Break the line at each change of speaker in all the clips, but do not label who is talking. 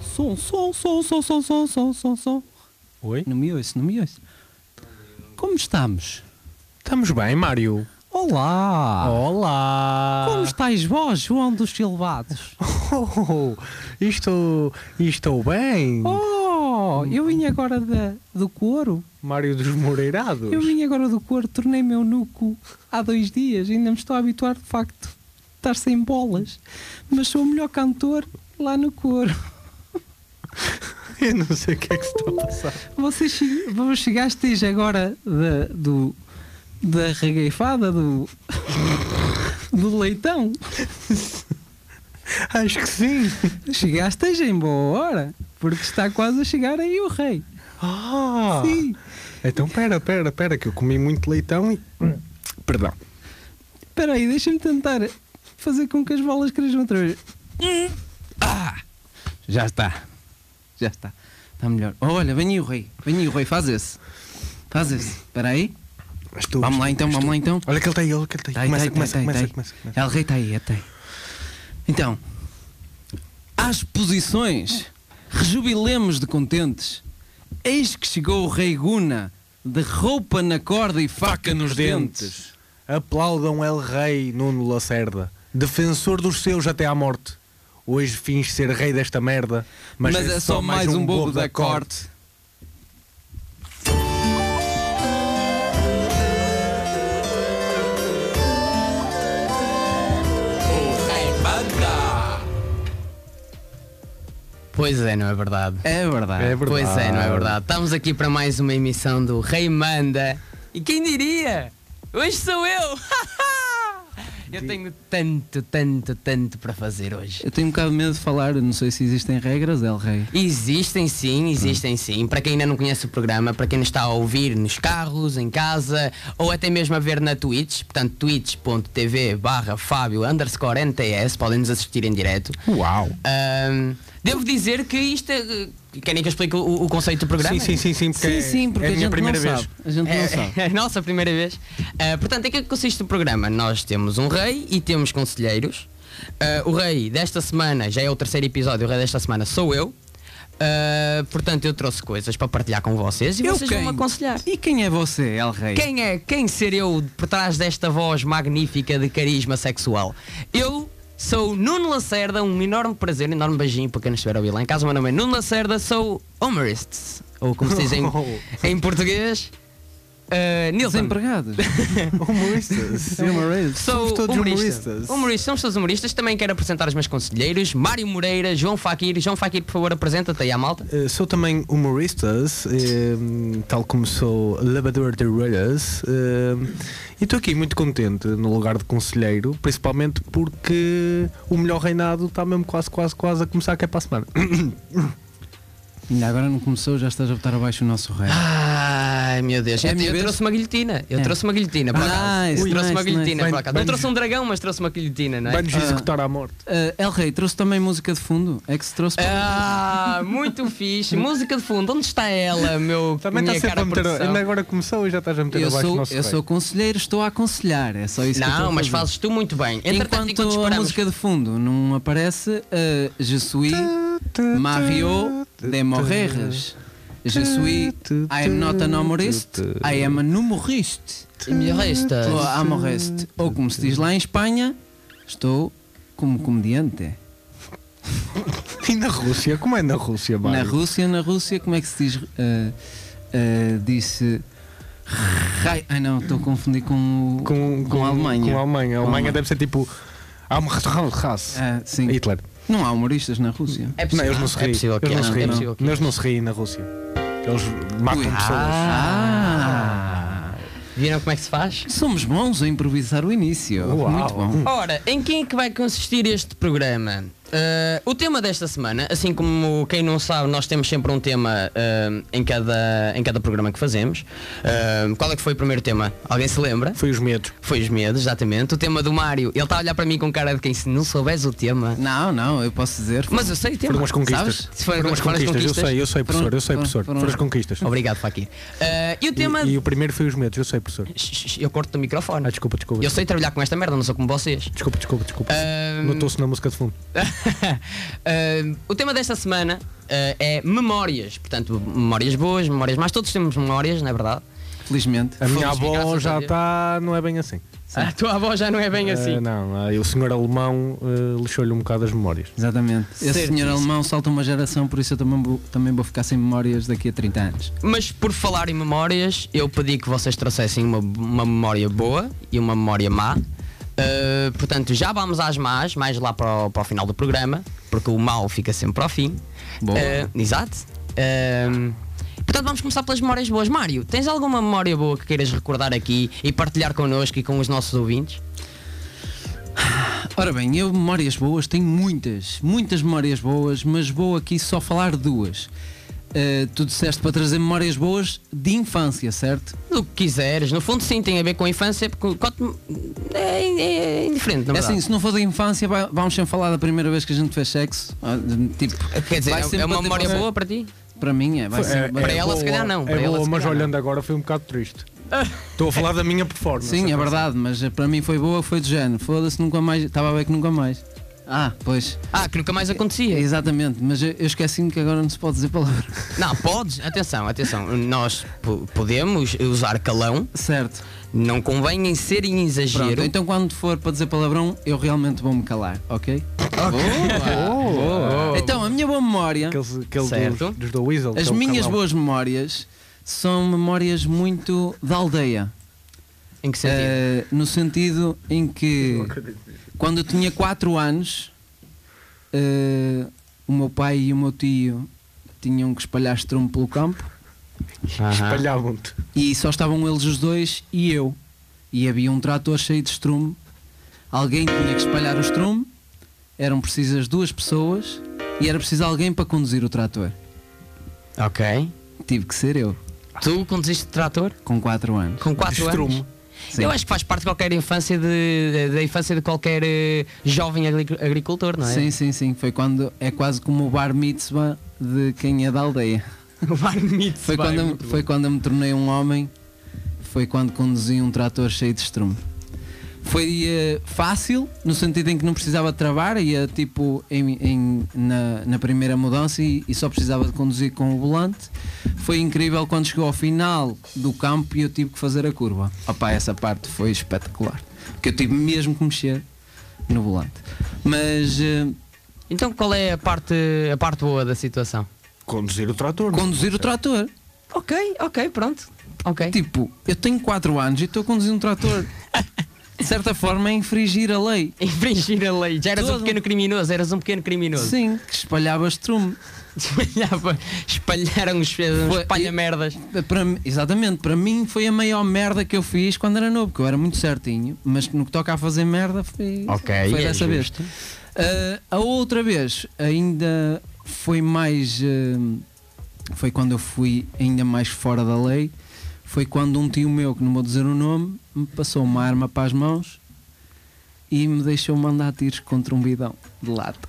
som, som, som, som, som, som, som, som, som.
Oi?
Não me ouço, não me ouço. Como estamos?
Estamos bem, Mário? Ah.
Olá!
Olá!
Como estáis vós, João dos Silvados?
Oh, estou, estou bem.
Oh, eu vim agora da, do couro.
Mário dos Moreirados.
Eu vim agora do couro, tornei meu nuco há dois dias. Ainda me estou a habituar, de facto, a estar sem bolas. Mas sou o melhor cantor lá no couro.
Eu não sei o que é que se está a passar.
Vocês che- vos chegastes agora da, do, da regueifada, do, do leitão.
Acho que sim.
Chegastes em boa hora, porque está quase a chegar aí o rei.
Ah!
Sim.
Então, pera, pera, pera, que eu comi muito leitão e. Perdão.
Espera aí, deixa-me tentar fazer com que as bolas cresçam outra vez. Ah! Já está. Já está. Está melhor. Olha, venha aí o rei. Venha aí o rei, faz esse. Faz esse. Espera aí.
Estou,
Vamos lá
estou,
então, vamos lá então.
Olha que ele está aí, olha que ele está
Tá
aí.
aí, tá
Começa,
aí,
começa,
tá aí, tá
começa,
aí.
começa. começa.
El Rei está aí, até. Então, às posições, rejubilemos de contentes. Eis que chegou o Rei Guna, de roupa na corda e faca,
Faca nos
nos
dentes.
dentes.
Aplaudam El Rei Nuno Lacerda, defensor dos seus até à morte. Hoje fins ser rei desta merda, mas, é, só mais um bobo da corte.
Pois é, não é verdade?
É verdade.
É verdade.
Pois é, não é verdade? Estamos aqui para mais uma emissão do Rei Manda. E quem diria? Hoje sou eu! eu tenho tanto, tanto, tanto para fazer hoje.
Eu tenho um bocado de medo de falar, eu não sei se existem regras, El Rei.
Existem sim, existem sim. Para quem ainda não conhece o programa, para quem está a ouvir nos carros, em casa, ou até mesmo a ver na Twitch, portanto, twitch.tv barra Fábio underscore NTS, podem nos assistir em direto.
Uau!
Ahm, devo dizer que isto é- Querem que eu explique o, o conceito do programa?
Sim, sim, sim, sim, porque,
sim, sim, porque
é a
a,
minha
gente
primeira
não
vez.
sabe. A gente não sabe.
É, é a nossa primeira vez. Ah, portanto, em que é que consiste o programa? Nós temos um rei e temos conselheiros. Ah, o rei desta semana, já é o terceiro episódio, o rei desta semana sou eu. Ah, portanto, eu trouxe coisas para partilhar com vocês e
Eu
vocês
quem?
vão me aconselhar.
E quem é você, El Rei?
Quem é? Quem ser eu por trás desta voz magnífica de carisma sexual? Eu sou o Nuno Lacerda, um enorme prazer, um enorme beijinho para quem não estiver a ouvir lá em casa. O meu nome é Nuno Lacerda, sou homerist, ou como se diz em,
Oh.
em português, eh, Nilson.
Desempregados.
Humoristas.
É um
Sou
Somos todos humoristas.
humorista. Humorista, somos todos humoristas. Também quero apresentar os meus conselheiros, Mário Moreira, João Faquir. João Faquir, por favor, apresenta-te aí à malta.
Eh, sou também humoristas, eh, tal como sou lavador de rolhas, eh, e estou aqui muito contente no lugar de conselheiro, principalmente porque o melhor reinado está mesmo quase, quase, quase a começar, que é para a semana.
Ainda agora não começou, já estás a botar abaixo o nosso rei.
Ah. Ai meu Deus,
É a
eu,
minha
eu
vez?
trouxe uma guilhotina. Eu
É.
trouxe uma guilhotina, por
Ah,
acaso.
nice,
Eu trouxe uma
nice,
guilhotina,
nice.
por acaso.
Bem-
Não trouxe um dragão, mas trouxe uma guilhotina, não é?
Vamos
Ah.
executar à morte.
Ah, El Rei, trouxe também música de fundo? É que se trouxe para...
Ah, muito fixe. Música de fundo, onde está ela, meu?
Também
minha
está sempre
cara
a meter.
produção?
Ainda agora começou e já estás a meter
Eu
abaixo o
sou,
nosso
eu
rei.
sou conselheiro, estou a aconselhar, é só isso que eu estou
Não,
a
mas
fazer.
fazes tu muito bem. Entretanto, enquanto
Enquanto a
esperamos-
música de fundo não aparece, uh, Je suis Mario de Morreres. Je suis I am not an humorist, I am an humorist.
E é me resta.
Ou amorreste. Ou como se diz lá em Espanha, estou como comediante.
E na Rússia? Como é na Rússia,
Na
Mário?
Rússia, na Rússia, como é que se diz? Uh, uh, Disse. Rai- Ai não, estou a confundir com, o-
Com,
com a Alemanha.
Com a Alemanha. A
Com a
Alemanha
Alemanha.
deve ser tipo. Amrhaus.
Ah, sim.
Hitler.
Não há humoristas na Rússia.
É
Não,
possível,
eles não se
é
riem.
possível que
eles não
haja,
se riem,
é possível que
não. Eles não se riem na Rússia. Eles matam
Ui.
pessoas.
Ah!
Viram como é que se faz?
Somos bons a improvisar o início.
Uau.
Muito bom.
Ora, em quem é que vai consistir este programa? Ah, o tema desta semana, assim como quem não sabe, nós temos sempre um tema ah, em, cada, em cada programa que fazemos. Ah, qual é que foi o primeiro tema? Alguém se lembra?
Foi os medos.
Foi os medos, exatamente. O tema do Mário, ele está a olhar para mim com cara de quem se não soubesse o tema.
Não, não, eu posso dizer.
Mas eu sei o tema.
Foram as conquistas.
É sabes? Se foram-
Foram as
foram as
conquistas. Eu
conquistas.
sei, eu sei, professor. Eu sei,
Foram-
professor.
foram-
Foram as conquistas.
Obrigado, Faquir. Ah, e o tema.
E, e o primeiro foi os medos, eu sei, professor.
Shh, shh, Eu corto o microfone.
Ah, desculpa, desculpa.
Hum. Eu sei Hum. trabalhar com esta merda, não sou como vocês. Eh,
Desculpa, desculpa, desculpa.
Ahm.
Notou-se na música de fundo.
Uh, o tema desta semana uh, é memórias. Portanto, memórias boas, memórias más. Todos temos memórias, não é verdade?
Felizmente.
A minha
Fomos,
avó
graças a
já
Deus.
está, não é bem assim.
A tua avó já não é bem
Ah,
assim.
não, ah, e o senhor alemão ah, lixou-lhe um bocado as memórias.
Exatamente. Esse
Certíssimo.
senhor alemão salta uma geração, por isso eu também vou, também vou ficar sem memórias daqui a 30 anos.
Mas por falar em memórias, eu pedi que vocês trouxessem uma, uma memória boa e uma memória má. Uh, portanto, já vamos às más, mais lá para o, para o final do programa, porque o mal fica sempre para o fim.
Boa.
Uh, exato. Um, portanto, vamos começar pelas memórias boas. Mário, tens alguma memória boa que queiras recordar aqui e partilhar connosco e com os nossos ouvintes?
Ora bem, eu memórias boas tenho muitas, muitas memórias boas, mas vou aqui só falar duas. Eh, tu disseste para trazer memórias boas de infância, certo?
Do que quiseres, no fundo, sim, tem a ver com a infância, porque quanto- é, é indiferente, não
é assim, se não for da infância, vai- vamos sempre falar da primeira vez que a gente fez sexo. Ah, de- Tipo,
Quer dizer,
vai
é-
sempre
é uma
bater
memória
para-
boa para ti?
Para mim, é. Vai
Foi-
sempre
é-
bater-
Para ela,
boa,
se calhar, não. Para
É
ela,
boa,
se
mas
calhar,
olhando agora foi um bocado triste. Estou a falar da minha performance.
Sim, é verdade, mas eh, para mim foi boa, foi do género. Foda-se, nunca mais. Estava a ver que nunca mais. Ah, pois.
Ah, que nunca
É,
mais acontecia.
Exatamente, mas eu, eu esqueci-me que agora não se pode dizer palavra.
Não, podes, atenção, atenção. Nós po- podemos usar calão,
Certo.
não convém em ser em
Pronto,
exagero.
então quando for para dizer palavrão, eu realmente vou-me calar, ok?
Boa.
Então, a minha boa memória,
Aqueles, aquele
Certo.
dos, dos do Weasel.
as
que é o
minhas
calão.
boas memórias, são memórias muito da aldeia.
Em que sentido?
Eh, no sentido em que quando eu tinha 4 anos, eh, o meu pai e o meu tio tinham que espalhar estrume pelo campo eh,
Espalhavam-te.
e só estavam eles os dois e eu. E havia um trator cheio de estrume. Alguém tinha que espalhar o estrume, eram precisas duas pessoas e era preciso alguém para conduzir o trator.
Ok.
Tive que ser eu,
Tu conduziste de trator
com 4 anos.
com 4
Estrume.
anos?
Sim.
Eu acho que faz parte de qualquer infância de, da infância de qualquer eh, jovem agri- agricultor, não é?
Sim, sim, sim. Foi quando é quase como o bar mitzvah de quem é da aldeia.
O bar mitzvah.
Foi, quando, eu, foi quando eu me tornei um homem, foi quando conduzi um trator cheio de estrume. Foi eh, fácil, no sentido em que não precisava de travar, ia tipo em- em- na, na primeira mudança e, e só precisava de conduzir com o volante. Foi incrível quando chegou ao final do campo e eu tive que fazer a curva. Opá, essa parte foi espetacular. Porque eu tive mesmo que mexer no volante. Mas eh,
Então qual é a parte, a parte boa da situação?
Conduzir o trator. não é?
conduzir o trator.
Ok, ok, pronto. Ok.
Tipo, eu tenho 4 anos e estou a conduzir um trator. De certa forma é infringir a lei.
Infringir a lei. Já eras um
Todo.
pequeno criminoso, eras um pequeno criminoso.
Sim, que espalhava estrume.
Espalhava, espalharam os
Foi-
espalha-merdas.
Para mim- exatamente, para mim foi a maior merda que eu fiz quando era novo, que eu era muito certinho, mas no que toca a fazer merda foi,
Ok,
foi
é
dessa vez.
justo.
Ah, a outra vez ainda foi mais. ah, foi quando eu fui ainda mais fora da lei. Foi quando um tio meu, que não vou dizer o nome, me passou uma arma para as mãos e me deixou mandar tiros contra um bidão de lata.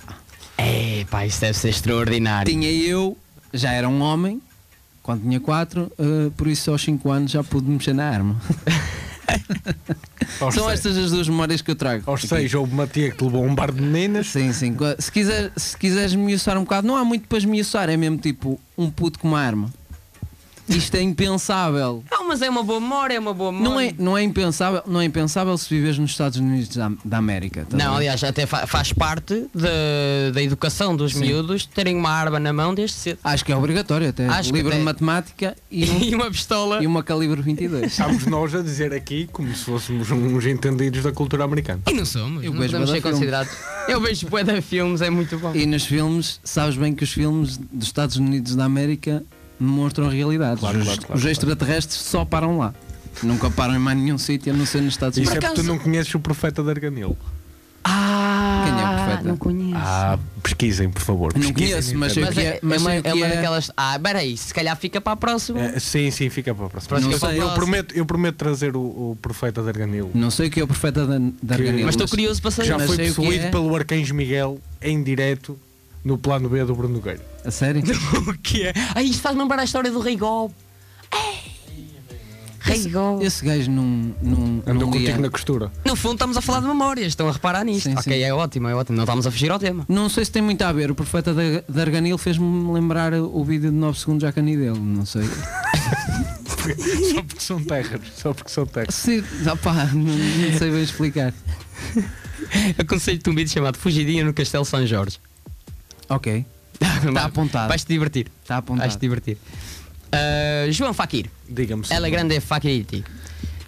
É, pá, isso deve ser extraordinário.
Tinha eu, já era um homem, quando tinha 4, por isso aos 5 anos já pude mexer na arma.
Aos
São
seis-
estas as duas memórias que eu trago.
Aos seis houve uma tia que te levou um bar de meninas.
Sim, sim. Co- Se, quiser, se quiseres miuçar um bocado, não há muito para esmiuçar, é mesmo tipo um puto com uma arma. Isto é impensável.
Não, mas é uma boa memória, é uma boa memória.
Não é, não é impensável, não é impensável se vives nos Estados Unidos da, da América. tá
Não,
bem?
aliás, até fa- faz parte da da educação dos miúdos terem uma arma na mão desde cedo.
Acho que é obrigatório até.
Acho que
livro
até-
de matemática e, um-
E uma pistola.
e uma calibre 22.
Estávamos nós a dizer aqui como se fôssemos uns entendidos da cultura americana.
E não somos,
Eu
não
vejo
podemos
bué
ser
de filmes.
considerados. Eu vejo bué de filmes, é muito bom.
E nos filmes, sabes bem que os filmes dos Estados Unidos da América mostram a realidade.
Claro,
os,
claro, claro,
os extraterrestres só param lá. Nunca param em mais nenhum sítio, a não ser nos Estados
Isso
Unidos.
é porque tu
acaso-
não conheces o profeta de Arganil.
Ah,
Quem é o profeta?
não conheço.
Ah, pesquisem, por favor.
Não
pesquisem
conheço,
na
mas
internet.
eu- que
mas é,
é-
é
mas
uma,
sei o
é
que
uma
é-
daquela. Ah, peraí, se calhar fica para a próxima.
É, sim, sim, fica para a próxima.
Não
Eu,
sei.
eu prometo, eu prometo trazer o, o profeta de Arganil.
Não sei o que é o profeta da, da
Que-
Arganil,
mas estou curioso para
que
saber.
já
mas
foi
sei o que
possuído
é.
pelo arcanjo Miguel em direto no plano B do Bruno Nogueira.
A sério?
Ah, o que é? Ai, isto faz-me lembrar a história do Rei Golpe.
Esse,
Rego.
esse gajo não, não,
Andou
não
contigo
lia.
na costura.
No fundo estamos a falar de memórias, estão a reparar nisto.
Sim,
ok,
sim.
é ótimo, é ótimo. Não estamos a fugir ao tema.
Não sei se tem muito a ver. O profeta da- de Arganil fez-me lembrar o vídeo de 9 segundos à cani dele. Não sei.
só porque são terras. Só porque são terras.
Se, opá, não, não sei bem explicar.
Aconselho-te um vídeo chamado Fugidinha no Castelo São Jorge.
Ok. Está apontado.
Vais-te divertir.
Está
Vais-te
apontado.
divertir. Ah, João Faquir.
Diga-me se-
Ela grande é Fakiriti.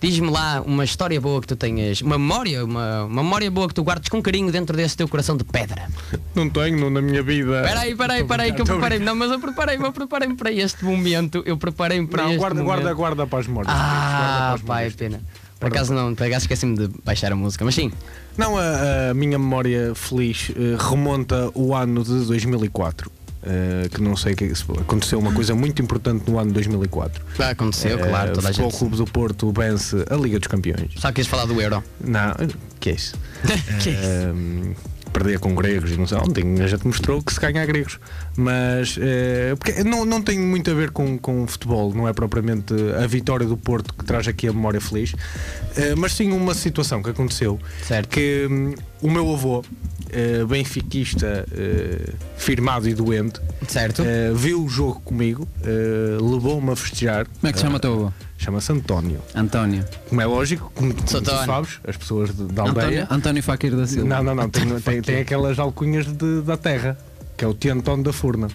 Diz-me lá uma história boa que tu tenhas, uma memória, uma, uma memória boa que tu guardes com carinho dentro desse teu coração de pedra.
Não tenho, não na minha vida.
Peraí, peraí,
Estou a
peraí, que eu
brincar,
preparei-me. Não, mas eu preparei-me, eu preparei-me para este momento. Eu preparei-me
estou a brincar.
para
Não,
este
guarda,
momento.
guarda, guarda para as mortes. Guarda
Ah,
para as
pá, é
memórias.
pena. Por acaso não, por acaso esqueci-me de baixar a música, mas sim.
Não, a, a minha memória feliz eh, remonta o ano de 2004. eh, que não sei o que é que se- aconteceu uma coisa muito importante no ano 2004.
Aconteceu, claro,
Eh,
toda a
Futebol
gente.
Clube do Porto vence a Liga dos Campeões.
Só quis falar do Euro.
Não, que é isso? Ehm, perder com gregos e não sei. Ontem já te mostrou que se ganha a gregos. Mas eh, porque não, não tem muito a ver com, com o futebol, não é propriamente a vitória do Porto que traz aqui a memória feliz. Eh, mas sim uma situação que aconteceu
Certo.
que hum, o meu avô, eh, benfiquista eh, firmado e doente,
Então?
Certo.
eh, viu o jogo comigo, eh, levou-me a festejar. Eh,
Como é que se chama o teu avô?
Chama-se António.
António.
Como é lógico, como, como
Sou
tu
António.
sabes, as pessoas de- da aldeia.
António, António Faquir da Silva.
Não, não, não. Tem, tem, tem aquelas alcunhas de- da terra, que é o Tiantón da Furna.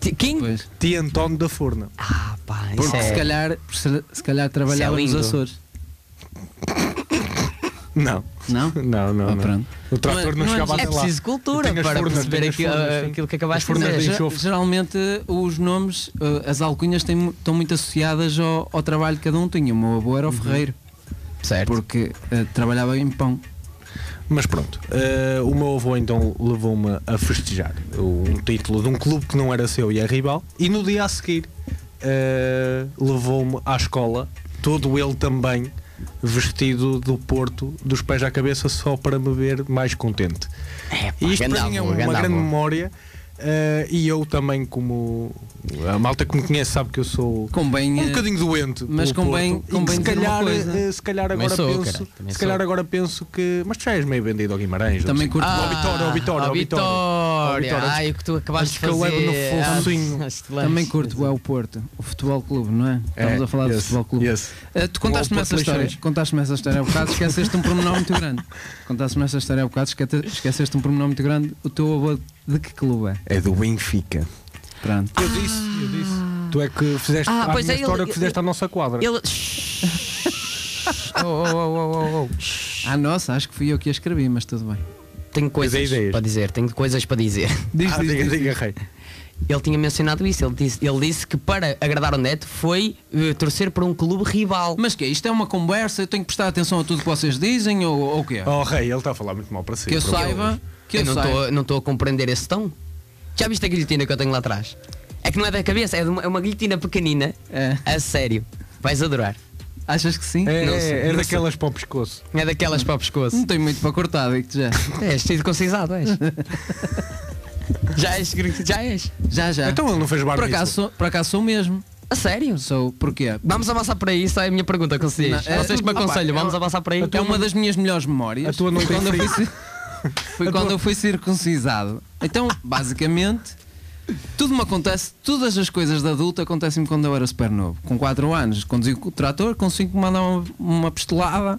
Ti- Quem?
Pois.
Tiantón da Furna.
Ah, pá, isso
Porque se
é.
calhar, se, se calhar trabalhava nos
lindo.
Açores.
Não.
Não?
Não, não.
Ah,
não.
pronto.
O trator não,
Não é- não é
chegava
preciso-
até
É
lá.
preciso cultura
Tem as
para
furnas,
perceber
tem as
aquilo,
eh,
eh,
furnas, sim.
aquilo que acabaste
As
de
furnas
dizer.
de
Ge-
enxofre.
Geralmente os nomes, eh, as alcunhas têm mu- estão muito associadas ao, ao trabalho que cada um tinha. O meu avô era o ferreiro,
Certo.
porque eh, trabalhava em pão.
Mas pronto, eh, o meu avô então levou-me a festejar um título de um clube que não era seu e é rival, e no dia a seguir eh, levou-me à escola, todo ele também vestido do Porto, dos pés à cabeça, só para me ver mais contente.
É, pá,
E isto para
ganda
mim é
avô,
uma
ganda
grande
avô.
memória. eh, e eu também, como eh, a malta que me conhece, sabe que eu sou
Convém.
um
eh,
bocadinho doente.
mas
pelo
convém-
Porto, e que
convém
se
dizer uma
calhar,
coisa.
eh, se calhar
Também
agora
sou,
penso,
cara, também
se calhar
sou.
agora penso que, mas tu já és meio vendido ao Guimarães. ou
Também
assim.
curto.
Ah, ao Vitória, ao Vitória,
ao
ao Vitória. Ao
Vitória.
Vitória.
Ai, o que tu acabaste de
Acho que eu levo
fazer.
no
Ah,
focinho.
acho que
também
leves.
curto é o Porto, o futebol clube, não é? Estamos
É,
a falar do
esse,
futebol clube.
esse.
Eh, tu contaste-me
Futebol
essa
Porto
história,
Leixões.
contaste-me essa história há bocado, esqueceste um pormenor muito grande. Contaste-me essa história há bocado, esquete- esqueceste um pormenor muito grande. O teu avô de que clube é?
É do Benfica.
Pronto.
Eu disse, eu disse. Tu é que fizeste
Ah,
a
pois
minha
é, ele-
história que fizeste à nossa quadra.
Ele. Shhh. oh, oh, oh, oh, oh, oh. Shhh.
Ah, nossa, acho que fui eu que a escrevi, mas tudo bem.
Tenho coisas
ideias.
para dizer, tenho coisas para dizer.
Diz,
Ah,
diz,
diga,
diz.
diga, rei.
Ele tinha mencionado isso, ele disse, ele disse que para agradar o neto foi eh, torcer por um clube rival.
Mas que é? Isto é uma conversa, eu tenho que prestar atenção a tudo que vocês dizem ou ou o quê?
Oh, rei, ele está a falar muito mal para si.
que eu
por
saiba,
favor.
que eu,
eu não
saiba.
estou não estou a compreender esse tom. Já viste a guilhotina que eu tenho lá atrás? É que não é da cabeça, é, de uma, é uma guilhotina pequenina.
É.
A sério. Vais adorar.
Achas que sim?
É,
Não sei,
é
não
daquelas para o pescoço.
Não é daquelas para o pescoço.
Não tenho muito para cortar, digo-te já.
És circuncisado, és. já és, gr- já és.
Já,
Ah.
já.
Então ele não fez bar
por, acaso, sou- por acaso sou mesmo.
A sério?
Sou, porquê?
Vamos avançar para aí, isso é a minha pergunta, conselhos.
Não, é-
Vocês que me
Opa,
aconselham,
é-
vamos avançar para aí.
É uma das minhas melhores memórias.
A tua não
Foi
tem
quando eu
frio.
fui, ci- foi quando eu fui circuncisado. Então, basicamente, tudo me acontece, todas as coisas de adulto acontecem-me quando eu era super novo. Com 4 anos conduzi o trator, com 5 mandava uma, uma pistolada.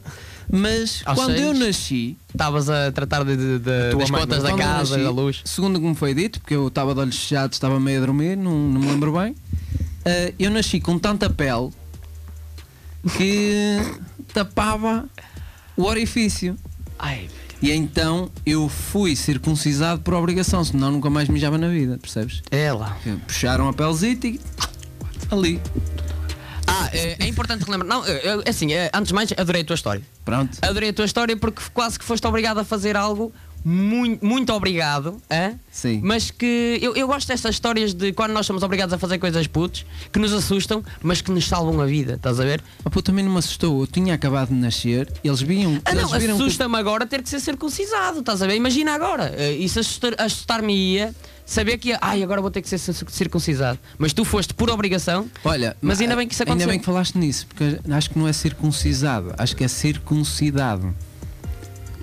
Mas
Aos
quando eu
seis?
nasci,
Estavas a tratar de, de- de-
A tua
das
mãe,
contas
não?
da
Quando eu
casa,
nasci,
da luz.
Segundo o que me foi dito, porque eu estava de olhos fechados, estava meio a dormir, não, não me lembro bem. eh, eu nasci com tanta pele que tapava o orifício.
Ai,
E então eu fui circuncisado por obrigação, senão nunca mais mijava na vida, percebes?
ela.
Puxaram a pelzita e. ali.
Ah, é, é importante relembrar. Não, é- é assim, é, antes de mais, adorei a tua história.
Pronto.
Adorei a tua história porque quase que foste obrigado a fazer algo muito, muito obrigado. hã?
Sim.
Mas que eu, eu gosto dessas histórias de quando nós somos obrigados a fazer coisas putos que nos assustam, mas que nos salvam a vida, estás a ver?
Oh, pô, também não me assustou. Eu tinha acabado de nascer. Eles viam.
Ah, não,
eles viram que-
assusta-me agora ter que ser circuncisado, estás a ver? Imagina agora. eh, Isso assustar- assustar-me ia saber que ia, ai, agora vou ter que ser cir- circuncisado. Mas tu foste por obrigação.
Olha, ah,
Mas ainda bem que isso aconteceu.
Ainda bem que falaste nisso, porque acho que não é circuncisado, acho que é circuncidado.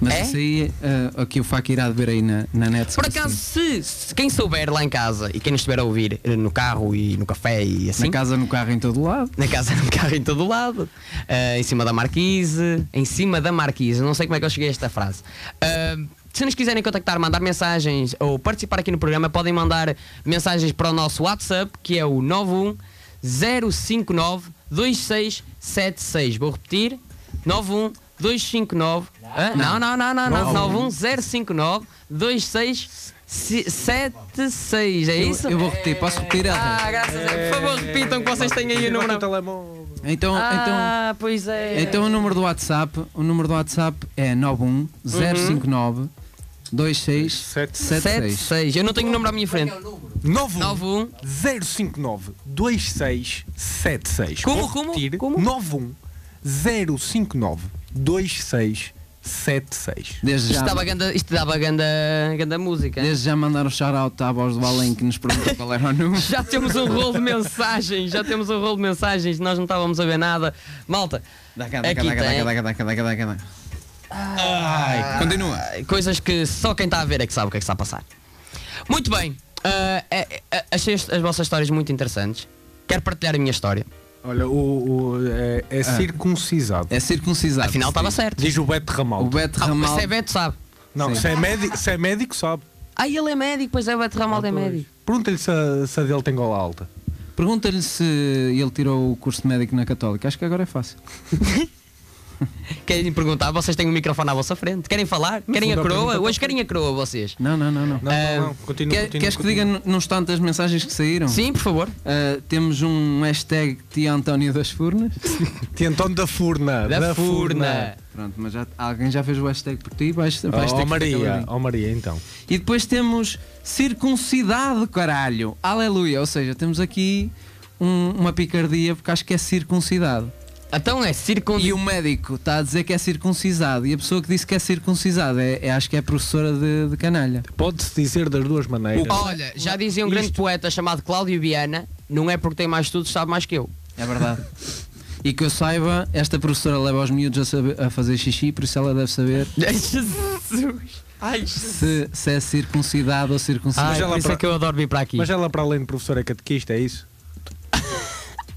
Mas
É?
isso aí, ah, aqui o Fac irá de ver aí na, na net.
Por
se-
acaso, se, se quem souber lá em casa e quem nos estiver a ouvir eh, no carro e no café e assim.
Na casa, no carro, em todo lado.
Na casa no carro em todo o lado, Ah, em cima da marquise, em cima da marquise, não sei como é que eu cheguei a esta frase. Ah, se nos quiserem contactar, mandar mensagens ou participar aqui no programa, podem mandar mensagens para o nosso WhatsApp, que é o 91059 2676. Vou repetir: 91259. Ah, não, não, não, um não,
um.
não. 91059 2676. É isso?
Eu, eu vou repetir, posso repetir
Ah,
ela?
graças a Deus. Por favor, repitam que vocês têm aí o
um.
número.
telemóvel.
Então,
Ah, pois é.
então, então o número do WhatsApp, o número do WhatsApp é 91 059 2676.
76. Eu não tenho o número à minha frente.
91
91.
059 2676.
Como,
Vou
como,
repetir.
como?
91 059 2676.
Desde
Isto
já,
dava ganda, isto dava ganda, ganda música. hein?
desde já mandaram um shout-out à voz do Além que nos perguntou qual era o número.
Já temos um rolo de mensagens, já temos um rolo de mensagens, nós não estávamos a ver nada. Malta,
Dá cá, dá cá,
Aqui
dá cá, dá
tem.
cá, dá cá, dá cá, dá cá, dá cá, dá cá. Ai, continua.
Ah, coisas que só quem está a ver é que sabe o que é que está a passar. Muito bem, ah, é- é- achei as, as vossas histórias muito interessantes. Quero partilhar a minha história.
Olha, o, o- é, é circuncisado.
É circuncisado.
Afinal, estava certo.
Diz o Beto Ramal.
O Beto
Ah,
Ramal.
mas é Beto, sabe?
Não,
Sim.
se é, médico, se é médico, sabe.
Ah, ele é médico, pois é, Beto
Ah,
Ramaldo é médico.
Pergunta-lhe se, a- se a dele tem gola alta.
Pergunta-lhe se ele tirou o curso de médico na Católica. Acho que agora é fácil.
Querem perguntar? Vocês têm um microfone à vossa frente? Querem falar? Querem a
fundo, a
coroa?
pergunta
Hoje querem a coroa vocês?
Não, não, não, não.
Não,
Ah,
não, não. Continua,
Quer-
continua,
queres que
continua.
diga no, no instante as mensagens que saíram?
Sim, por favor.
Ah, temos um hashtag Tia António das Furnas.
Tia António da Furna.
Da Furna.
Pronto, mas já, alguém já fez o hashtag por ti. Vais,
Oh,
vais ter que ficar
Maria,
caladinho.
oh Maria, então.
E depois temos circuncidado, caralho. Aleluia. Ou seja, temos aqui um- uma picardia porque acho que é circuncidado.
Então é circundi...
E o médico está a dizer que é circuncisado e a pessoa que disse que é circuncisado é, é- acho que é professora de, de canalha.
Pode-se dizer das duas maneiras.
Olha, já dizia um grande poeta chamado Cláudio Viana, não é porque tem mais estudos, sabe mais que eu.
É verdade. e que eu saiba, esta professora leva os miúdos a, saber- a fazer xixi, por isso ela deve saber
Jesus! Ai, Jesus!
se, se é circuncidado ou
Ai,
circuncisado.
ela
por isso
pra-
é que eu adoro vir para aqui.
Mas ela, para além de professora, é catequista, é isso?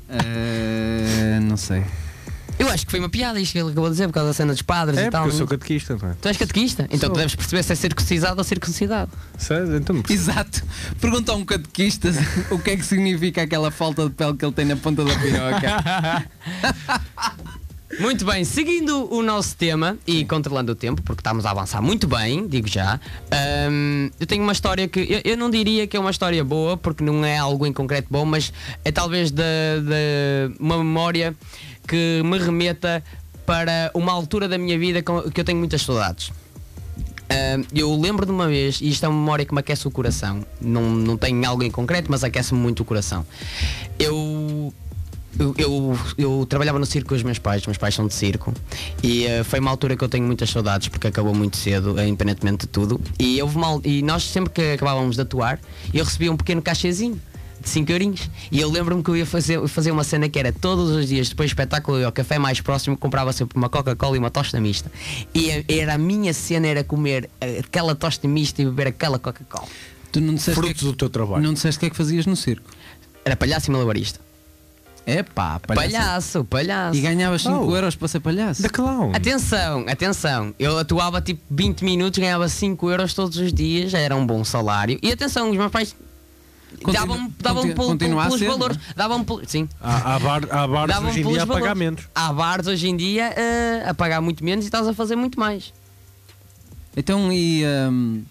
Eh, não sei.
Eu acho que foi uma piada isto que ele acabou de dizer por causa da cena dos padres
É,
e tal.
porque eu sou catequista, não é?
Tu és catequista? Então tu deves perceber se é circuncisado ou circuncidado.
Sabe? Então não precisa.
Exato. Pergunta a um catequista o que é que significa aquela falta de pele que ele tem na ponta da piroca.
Muito bem, seguindo o nosso tema e controlando o tempo, porque estamos a avançar muito bem, digo já, hum, eu tenho uma história que eu, eu não diria que é uma história boa, porque não é algo em concreto bom, mas é talvez de, de uma memória que me remeta para uma altura da minha vida com- que eu tenho muitas saudades. Ahm, eu lembro de uma vez, e isto é uma memória que me aquece o coração, não, não tenho algo em concreto, mas aquece-me muito o coração. Eu, eu, eu, eu trabalhava no circo com os meus pais, os meus pais são de circo, e ah, foi uma altura que eu tenho muitas saudades, porque acabou muito cedo, eh, independentemente de tudo. E, houve uma al- e nós, sempre que acabávamos de atuar, eu recebia um pequeno cachezinho. De 5 eurinhos. E eu lembro-me que eu ia fazer, fazer uma cena que era todos os dias, depois do espetáculo, eu ia ao café mais próximo, comprava sempre uma Coca-Cola e uma tosta mista. E a- era a minha cena, era comer eh, aquela tosta mista e beber aquela Coca-Cola.
tu não disseste, o que é
Fruto do
que,
teu trabalho.
não disseste o que é que fazias no circo.
Era palhaço e malabarista.
É pá, palhaço.
Palhaço, palhaço.
E ganhavas 5
Oh.
euros para ser palhaço.
Da clown.
Atenção, atenção. Eu atuava tipo 20 minutos, ganhava 5 euros todos os dias, já era um bom salário. E atenção, os meus pais
Continu-
davam-me davam
continu-
pelo-
continua a
pelos
ser,
valores.
não é?
Davam pelo- sim.
Há, há, bar, há bares
Davam
hoje em
pelos
dia há
valores.
pagamentos.
Há bares hoje em dia eh, a pagar muito menos e estás a fazer muito mais.
Então e hum,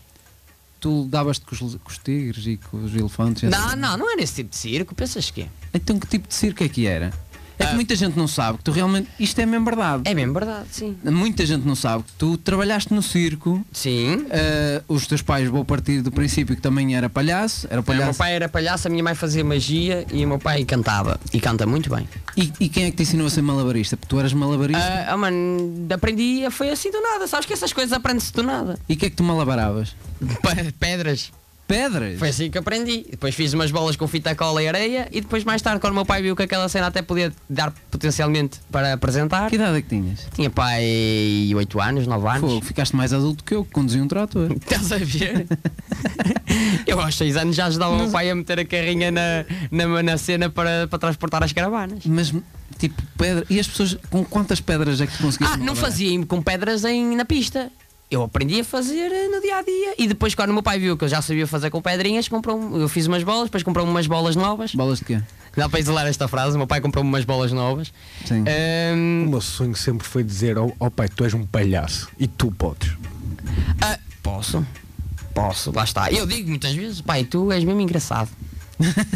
tu davas-te com, os- com os tigres e com os elefantes? e
Não,
assim?
não, não era esse tipo de circo, pensas que é?
Então que tipo de circo é que era? É
Ah.
É que muita gente não sabe que tu realmente. Isto é mesmo verdade.
É mesmo verdade, sim.
Muita gente não sabe que tu trabalhaste no circo.
Sim.
ah, os teus pais vou partir do princípio que também era palhaço. Era
O meu
palhaço.
pai era palhaço, a minha mãe fazia magia e o meu pai cantava. E canta muito bem.
E, e quem é que te ensinou a ser malabarista? Porque tu eras malabarista.
Ah, ah, mano, aprendi, foi assim do nada. Sabes que essas coisas aprende-se do nada.
E o que é que tu malabaravas?
Pe- Pedras.
Pedras?
Foi assim que aprendi. Depois fiz umas bolas com fita cola e areia e depois mais tarde, quando o meu pai viu que aquela cena até podia dar potencialmente para apresentar,
Que idade é que tinhas?
tinha pai 8 anos, 9 anos.
Fogo, ficaste mais adulto que eu, que conduzia um trator.
Estás a ver? Eu aos 6 anos já ajudava o meu pai a meter a carrinha na, na, na cena para, para transportar as caravanas.
Mas, tipo, pedra. E as pessoas, com quantas pedras é que tu conseguiste?
Ah, não
malabarar?
fazia com pedras em- na pista. Eu aprendi a fazer eh, no dia a dia. E depois, quando o meu pai viu que eu já sabia fazer com pedrinhas, comprou um- eu fiz umas bolas, depois comprou umas bolas novas.
Bolas de quê?
Dá para isolar esta frase: o meu pai comprou-me umas bolas novas.
Sim.
O
Ahm,
meu sonho sempre foi dizer ao ao pai, tu és um palhaço e tu podes.
ah, posso? Posso, lá está. Eu digo muitas vezes: pai, tu és mesmo engraçado.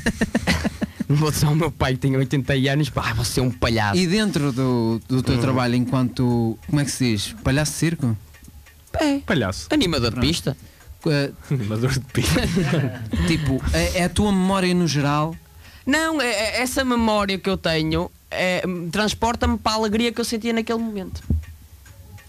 Não vou dizer ao meu pai que tem 80 anos, pá, você é um palhaço.
E dentro do, do teu trabalho enquanto, como é que se diz? Palhaço de circo?
É,
Palhaço.
animador de pista.
Eh,
Animador de pista.
tipo, é, é a tua memória no geral.
Não, é- é- essa memória que eu tenho é, hum, transporta-me para a alegria que eu sentia naquele momento.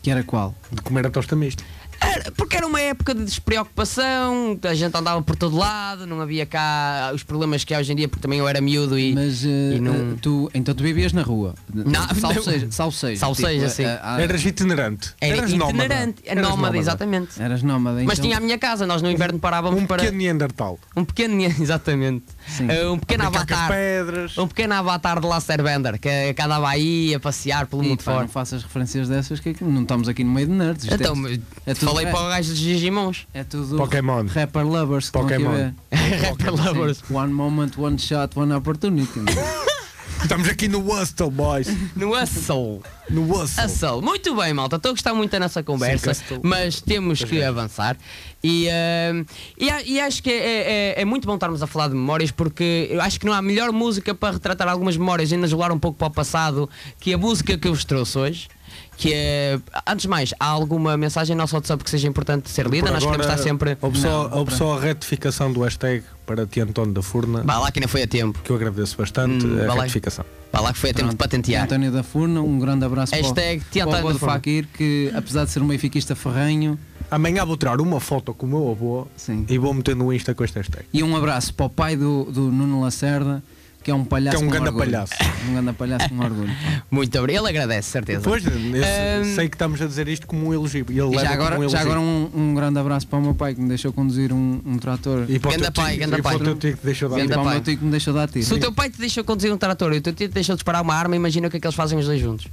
Que era qual?
De comer a tosta mista.
Era- porque era uma época de despreocupação, a gente andava por todo lado, não havia cá os problemas que há hoje em dia, porque também eu era miúdo e.
Mas eh,
e não-
eh, tu, então tu vivias na rua? tipo,
Não,
salvo
não.
seja. Salvo seja.
Salvo seja, sim.
a- a-
Eras itinerante.
Ah. era
Eras nómada.
itinerante, é
Eras
nómada, exatamente.
eras nómada.
Mas
então-
tinha a minha casa, nós no inverno parávamos
Um
para.
pequeno Neandertal.
Um pequeno, exatamente.
Sim.
Uh, um pequeno
Brincar com as
avatar.
pedras.
Um pequeno avatar de Lacer Bender, que, que andava aí a passear pelo
Ih,
mundo
pá,
fora.
não faças referências dessas que não estamos aqui no meio de nerds. Isto
Então,
é, é tudo
falei
rap.
para o gajo dos Digimons.
é tudo
Pokémon.
rapper lovers. que estão aqui a
Pokémon.
ver.
Rapper Lovers.
Sim. One moment, one shot, one opportunity. não é?
Estamos aqui no Hustle, boys.
No Hustle.
No Hustle.
Hustle. Muito bem, malta. Estou a gostar muito da nossa conversa,
Sim, Hustle.
mas temos que avançar. E, ah, e, a- e acho que é, é- é muito bom estarmos a falar de memórias, porque eu acho que não há melhor música para retratar algumas memórias e nos levar um pouco para o passado que a música que eu vos trouxe hoje. Que é, antes de mais, há alguma mensagem no nosso WhatsApp que seja importante ser lida?
Por
Nós queremos
agora,
estar sempre.
Houve só, houve só a retificação do hashtag para ti, António da Furna,
Vá lá que ainda foi a tempo.
que eu agradeço bastante
Hum, vá
a
lá.
retificação.
Vá lá que foi a tempo de patentear.
António da Furna, um grande abraço
Hashtag
para
Tia
o, para o Bode
António da Furna.
Fakir, que apesar de ser um benfiquista ferranho,
Amanhã vou tirar uma foto com o meu avô
Sim.
e vou meter no Insta com este hashtag.
e um abraço para o pai do, do Nuno Lacerda, que é um palhaço
Que é um
com
ganda
orgulho.
palhaço.
Um grande palhaço com orgulho. pá.
Muito obrigado. Ele agradece, certeza.
Pois, eu
Hum.
sei que estamos a dizer isto como um elogio. E, ele
E
leva
já
como um
agora,
elogio.
já agora um, um grande abraço para o meu pai, que me deixou conduzir um, um trator.
E para o
Ganda
teu tio,
pai, ganda
e para
pai.
o teu tio que deixou dar
E
Ganda
para o
pai.
meu tio que me deixou dar tiro.
Se o teu pai te deixou conduzir um trator e o teu tio te deixou disparar uma arma, imagina o que é que eles fazem os dois juntos.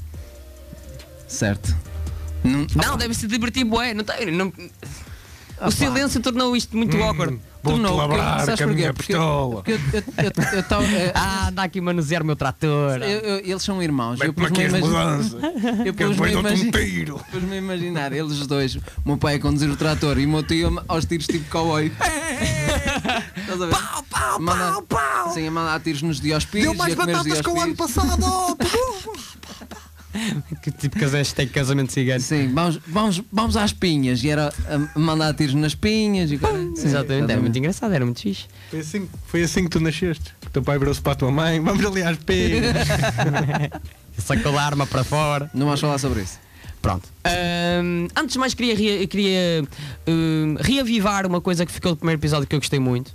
Certo. Não,
Não, deve-se divertir, bué. Não tem, não-
Opa.
O silêncio tornou isto muito awkward.
Vou-te
Tornou, porque-
labrar
sabes
com a
porquê?
minha
Porque
pistola.
eu- porque eu- eu- eu- eu tava- eh,
Ah, anda aqui a manusear o meu trator.
eu- eu- Eles são irmãos. Eu
Mete-me aqui
pus-me a
as
imagi-
mudanças.
eu
é Que eu
pus-me a
depois dou-te um
imagi-
tiro.
pus-me a imaginar eles dois, o meu pai a conduzir o trator e o meu tio aos tiros tipo cowboy. Estás a ver? Pau, pau, pau, pau! Sim, a mandar tiros nos diospis.
Deu mais
e a comer os
batatas que o ano
diospis.
passado.
Que tipo de casamento, tem casamento cigano.
Sim, vamos, vamos, vamos às pinhas. E era a mandar tiros nas pinhas. E... coisa- Sim,
Exatamente, era muito engraçado, era muito fixe.
Foi assim, foi assim que tu nasceste. Que teu pai virou-se para a tua mãe. Vamos ali às pegas.
Sacou a arma para fora.
Não vais falar sobre isso.
Pronto. Ahm, antes de mais, queria, rea- queria ahm, reavivar uma coisa que ficou do primeiro episódio que eu gostei muito.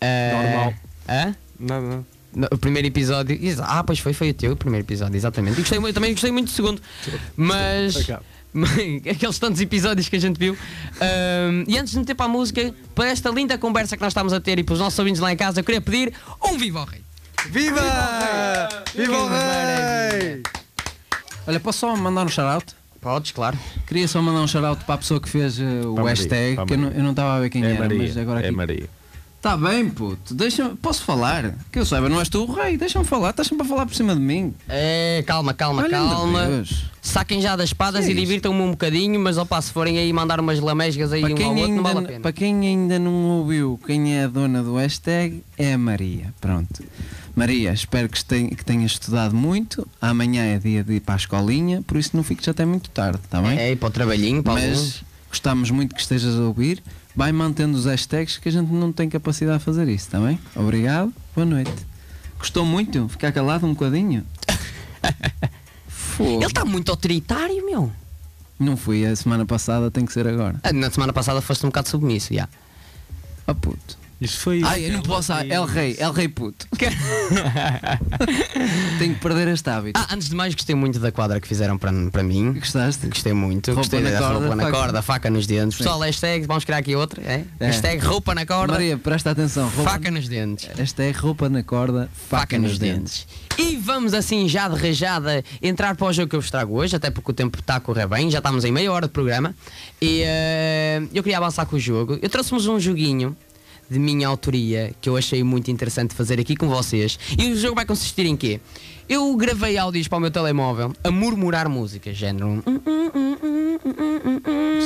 Ah,
Normal.
Hã?
Nada, nada.
No- O primeiro episódio. exa- Ah, pois foi, foi o teu o primeiro episódio, exatamente. E gostei muito, também gostei muito do segundo. Mas.
Foi cá.
Aqueles tantos episódios que a gente viu. Ahm, e antes de meter para a música, para esta linda conversa que nós estamos a ter e para os nossos ouvintes lá em casa, eu queria pedir um Viva ao Rei.
Viva! Viva o
Maravilha.
rei!
Olha, posso só mandar um shout-out?
Podes, claro.
Queria só mandar um shout-out para a pessoa que fez eh, o
Para a Maria,
hashtag,
para a
que eu não,
Maria.
eu não estava a ver quem era, mas agora aqui.
É Maria.
Está bem, puto, deixa posso falar? Que eu saiba, não és tu o rei, deixa-me falar, estás sempre a falar por cima de mim.
É, calma, calma,
Olha-me de
calma.
Deus.
Saquem já das
Que
espadas
é
e
isto?
divirtam-me um bocadinho, mas opa, se forem aí mandar umas lamesgas aí
Para
um ao
quem,
outro, não vale a
ainda,
pena.
para quem ainda não ouviu quem é a dona do hashtag, é a Maria. Pronto. Maria, espero que, este- que tenhas estudado muito. Amanhã é dia de ir para a escolinha, por isso não fiques até muito tarde, está bem?
É, e para o trabalhinho, para
Mas
algum.
gostamos muito que estejas a ouvir. Vai mantendo os hashtags que a gente não tem capacidade a fazer isso, está bem? Obrigado, boa noite. Gostou muito? Ficar calado um bocadinho? Fogo.
Ele está muito autoritário, meu.
tá- Não fui a semana passada, tem que ser agora.
Ah, Na semana passada foste um bocado submisso, já.
Ah puto.
Isso foi.
Ai, eu não posso. ah, El Rei, El Rei puto. Tenho que perder este hábito.
Ah, antes de mais, gostei muito da quadra que fizeram para, para mim.
Gostaste?
Gostei muito.
Roupa
gostei
na
dessa
corda,
roupa na
faca.
corda, faca nos dentes.
Sim.
Pessoal, hashtag, vamos criar aqui outra. É?
É.
Hashtag roupa na corda,
Maria, presta atenção. Roupa
faca nos dentes.
Esta é roupa na corda, faca,
Faca
nos,
nos
dentes.
dentes. E vamos assim, já de rajada, entrar para o jogo que eu vos trago hoje, até porque o tempo está a correr bem, já estamos em meia hora de programa. E eh, eu queria avançar com o jogo. Eu trouxe-vos um joguinho de minha autoria que eu achei muito interessante fazer aqui com vocês. E o jogo vai consistir em quê? Eu gravei áudios para o meu telemóvel a murmurar música, género. um,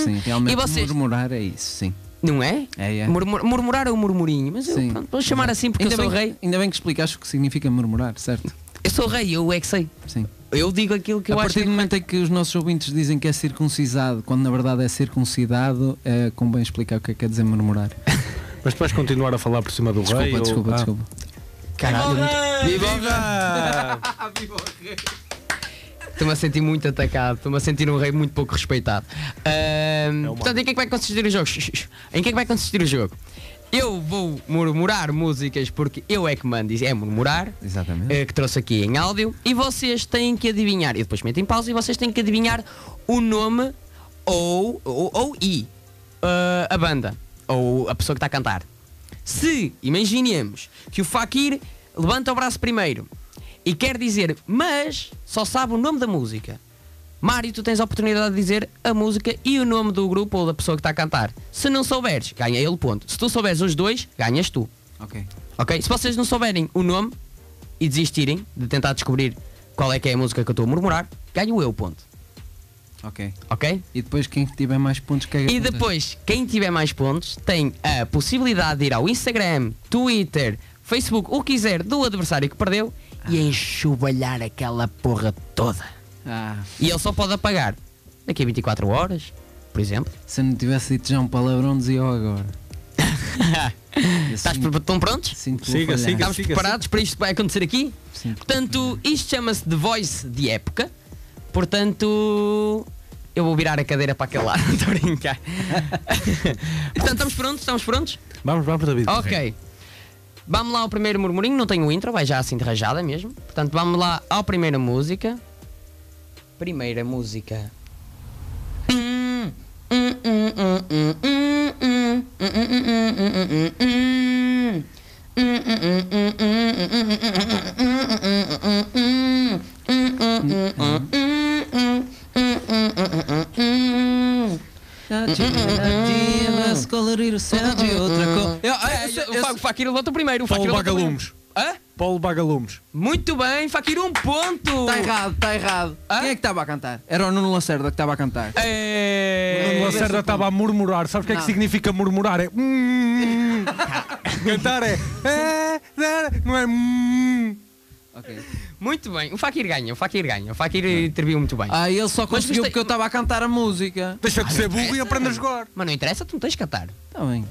Sim, realmente.
E vocês?
Murmurar é isso, sim.
Não é?
É, é.
Murmur- murmurar é o murmurinho, mas eu,
Sim.
pronto, vou chamar assim porque
ainda
eu sou
bem,
rei.
Ainda bem que explicaste o que significa murmurar, certo?
Eu sou rei, eu é que sei.
Sim.
Eu digo aquilo que
a
eu acho.
partir do momento em que os nossos ouvintes dizem que é circuncisado, quando na verdade é circuncidado, é convém explicar o que é que quer dizer murmurar.
Mas tu vais continuar a falar por cima do
Desculpa,
rei? ou-
desculpa,
Ah.
desculpa.
Caralho,
Viva!
viva! Estou-me a sentir muito atacado, estou-me a sentir um rei muito pouco respeitado. Ahm,
humano.
portanto, em que é que vai consistir o jogo? Shh, shh, shh. Em que é que vai consistir o jogo? Eu vou murmurar músicas porque eu é que mando, é murmurar,
Exatamente.
eh, que trouxe aqui em áudio, e vocês têm que adivinhar, e depois meto em pausa, e vocês têm que adivinhar o nome ou, ou, ou e eh, a banda, ou a pessoa que está a cantar. Se, imaginemos, que o Fakir levanta o braço primeiro e quer dizer, mas só sabe o nome da música. Mário, tu tens a oportunidade de dizer a música e o nome do grupo ou da pessoa que está a cantar. Se não souberes, ganha ele ponto. Se tu souberes os dois, ganhas tu.
Ok.
Ok? Se vocês não souberem o nome e desistirem de tentar descobrir qual é que é a música que eu estou a murmurar, ganho eu ponto.
Ok.
Ok?
E depois quem tiver mais pontos caga
E
pontos.
depois, quem tiver mais pontos tem a possibilidade de ir ao Instagram, Twitter, Facebook, o que quiser do adversário que perdeu e enxovalhar aquela porra toda.
Ah,
E ele só pode apagar daqui a 24 horas, por exemplo.
se eu não tivesse dito já um palavrão, dizia eu agora. Eu
Estás
sinto-
pre- estão prontos?
Sinto que
Siga,
vou falhar.
siga.
Estamos preparados para isto que vai acontecer aqui?
Sim.
Portanto,
é.
isto chama-se The Voice de época. Portanto, eu vou virar a cadeira para aquele lado, estou a brincar. Portanto, estamos prontos? Estamos prontos?
Vamos, vamos, David.
Ok. Vamos lá ao primeiro murmurinho, não tenho intro, vai já assim de rajada mesmo. Portanto, vamos lá à primeira música. Primeira música.
Ah, Tentativas, colorir o céu de outra cor.
Eu, eu, eu, o Fakir levanta o primeiro. O Fakir
Paulo
levanta o primeiro.
Vagalumes.
Hã?
Paulo Bagalumes.
Muito bem, Fakir, um ponto!
Está Tá errado, está errado.
Hã?
Quem é que estava a cantar? Era o Nuno Lacerda que estava a cantar.
Nuno
É...
Lacerda estava a murmurar. Sabes o que é que
Não.
significa murmurar? É. "Hum". Cantar é. "É, é", Não é. "Hum".
Ok.
Muito bem, o Fakir ganha, o Fakir ganha, o Fakir interviu muito bem.
Ah, ele só conseguiu
viste-
porque eu estava a cantar a música.
Deixa de ser burro e aprende a jogar.
Mas não interessa, tu não tens que cantar.
Está bem.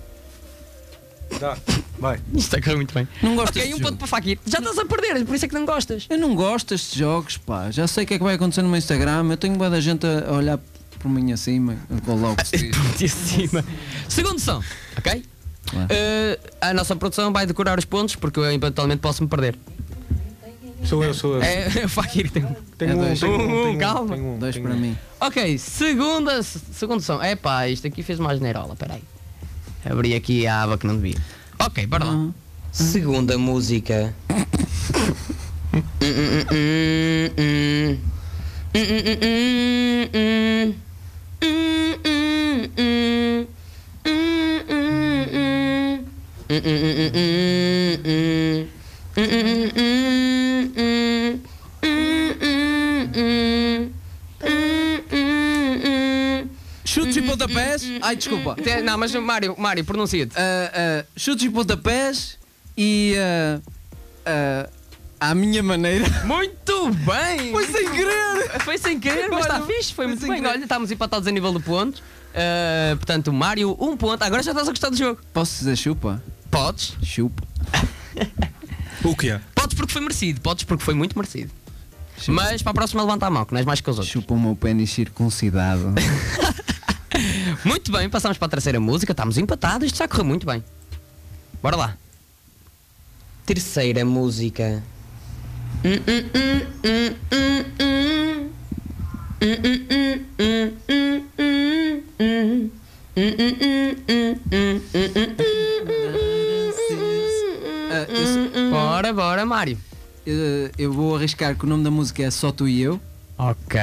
Dá. Vai.
Isto está a correr muito bem.
Não gosto
Ok,
deste
um
jogo.
ponto para o Fakir. Já estás a perder, por isso é que não gostas.
Eu não gosto destes jogos, pá. Já sei o que é que vai acontecer no meu Instagram. Eu tenho boa da gente a olhar por mim acima. Eu vou logo se diz.
Pontíssima. Segundo som, ok?
Claro.
Eh, a nossa produção vai decorar os pontos porque eu eventualmente posso me perder.
Sou eu, sou eu.
É o Fakir que tem.
É
Tenho um,
dois.
tenho
Um,
um, tenho um,
calma.
tenho um,
Dois
tenho
para
um.
mim.
Ok, segunda, segundo som. Epá, isto aqui fez mais neirola, peraí. Abri aqui a aba que não devia. Ok, bora lá.
Ah.
Segunda música.
Chutes e pontapés. Ai, desculpa. eh,
Te- Não, mas Mário, Mário, pronuncia-te.
Ah, ah, chutes e pontapés e. ah, ah, eh, à minha maneira.
Muito bem!
Foi sem querer!
Foi sem querer, mas está
Olha,
fixe, foi
foi
muito
sem
bem.
querer.
Olha, estamos empatados a nível de pontos. Ah, portanto, Mário, um ponto. Agora já estás a gostar do jogo.
Posso dizer chupa?
Podes?
Chupa.
O que é?
Podes porque foi merecido, podes porque foi muito merecido.
Chupa.
Mas para a próxima levanta a mão, que não és mais que os outros.
Chupa o meu pênis circuncidado.
Muito bem, passamos para a terceira música, estamos empatados, isto já correu muito bem. Bora lá. Terceira música.
Ah, eu sou-
Bora, bora, Mário.
eh, eu vou arriscar que o nome da música é Só Tu e Eu.
Ok.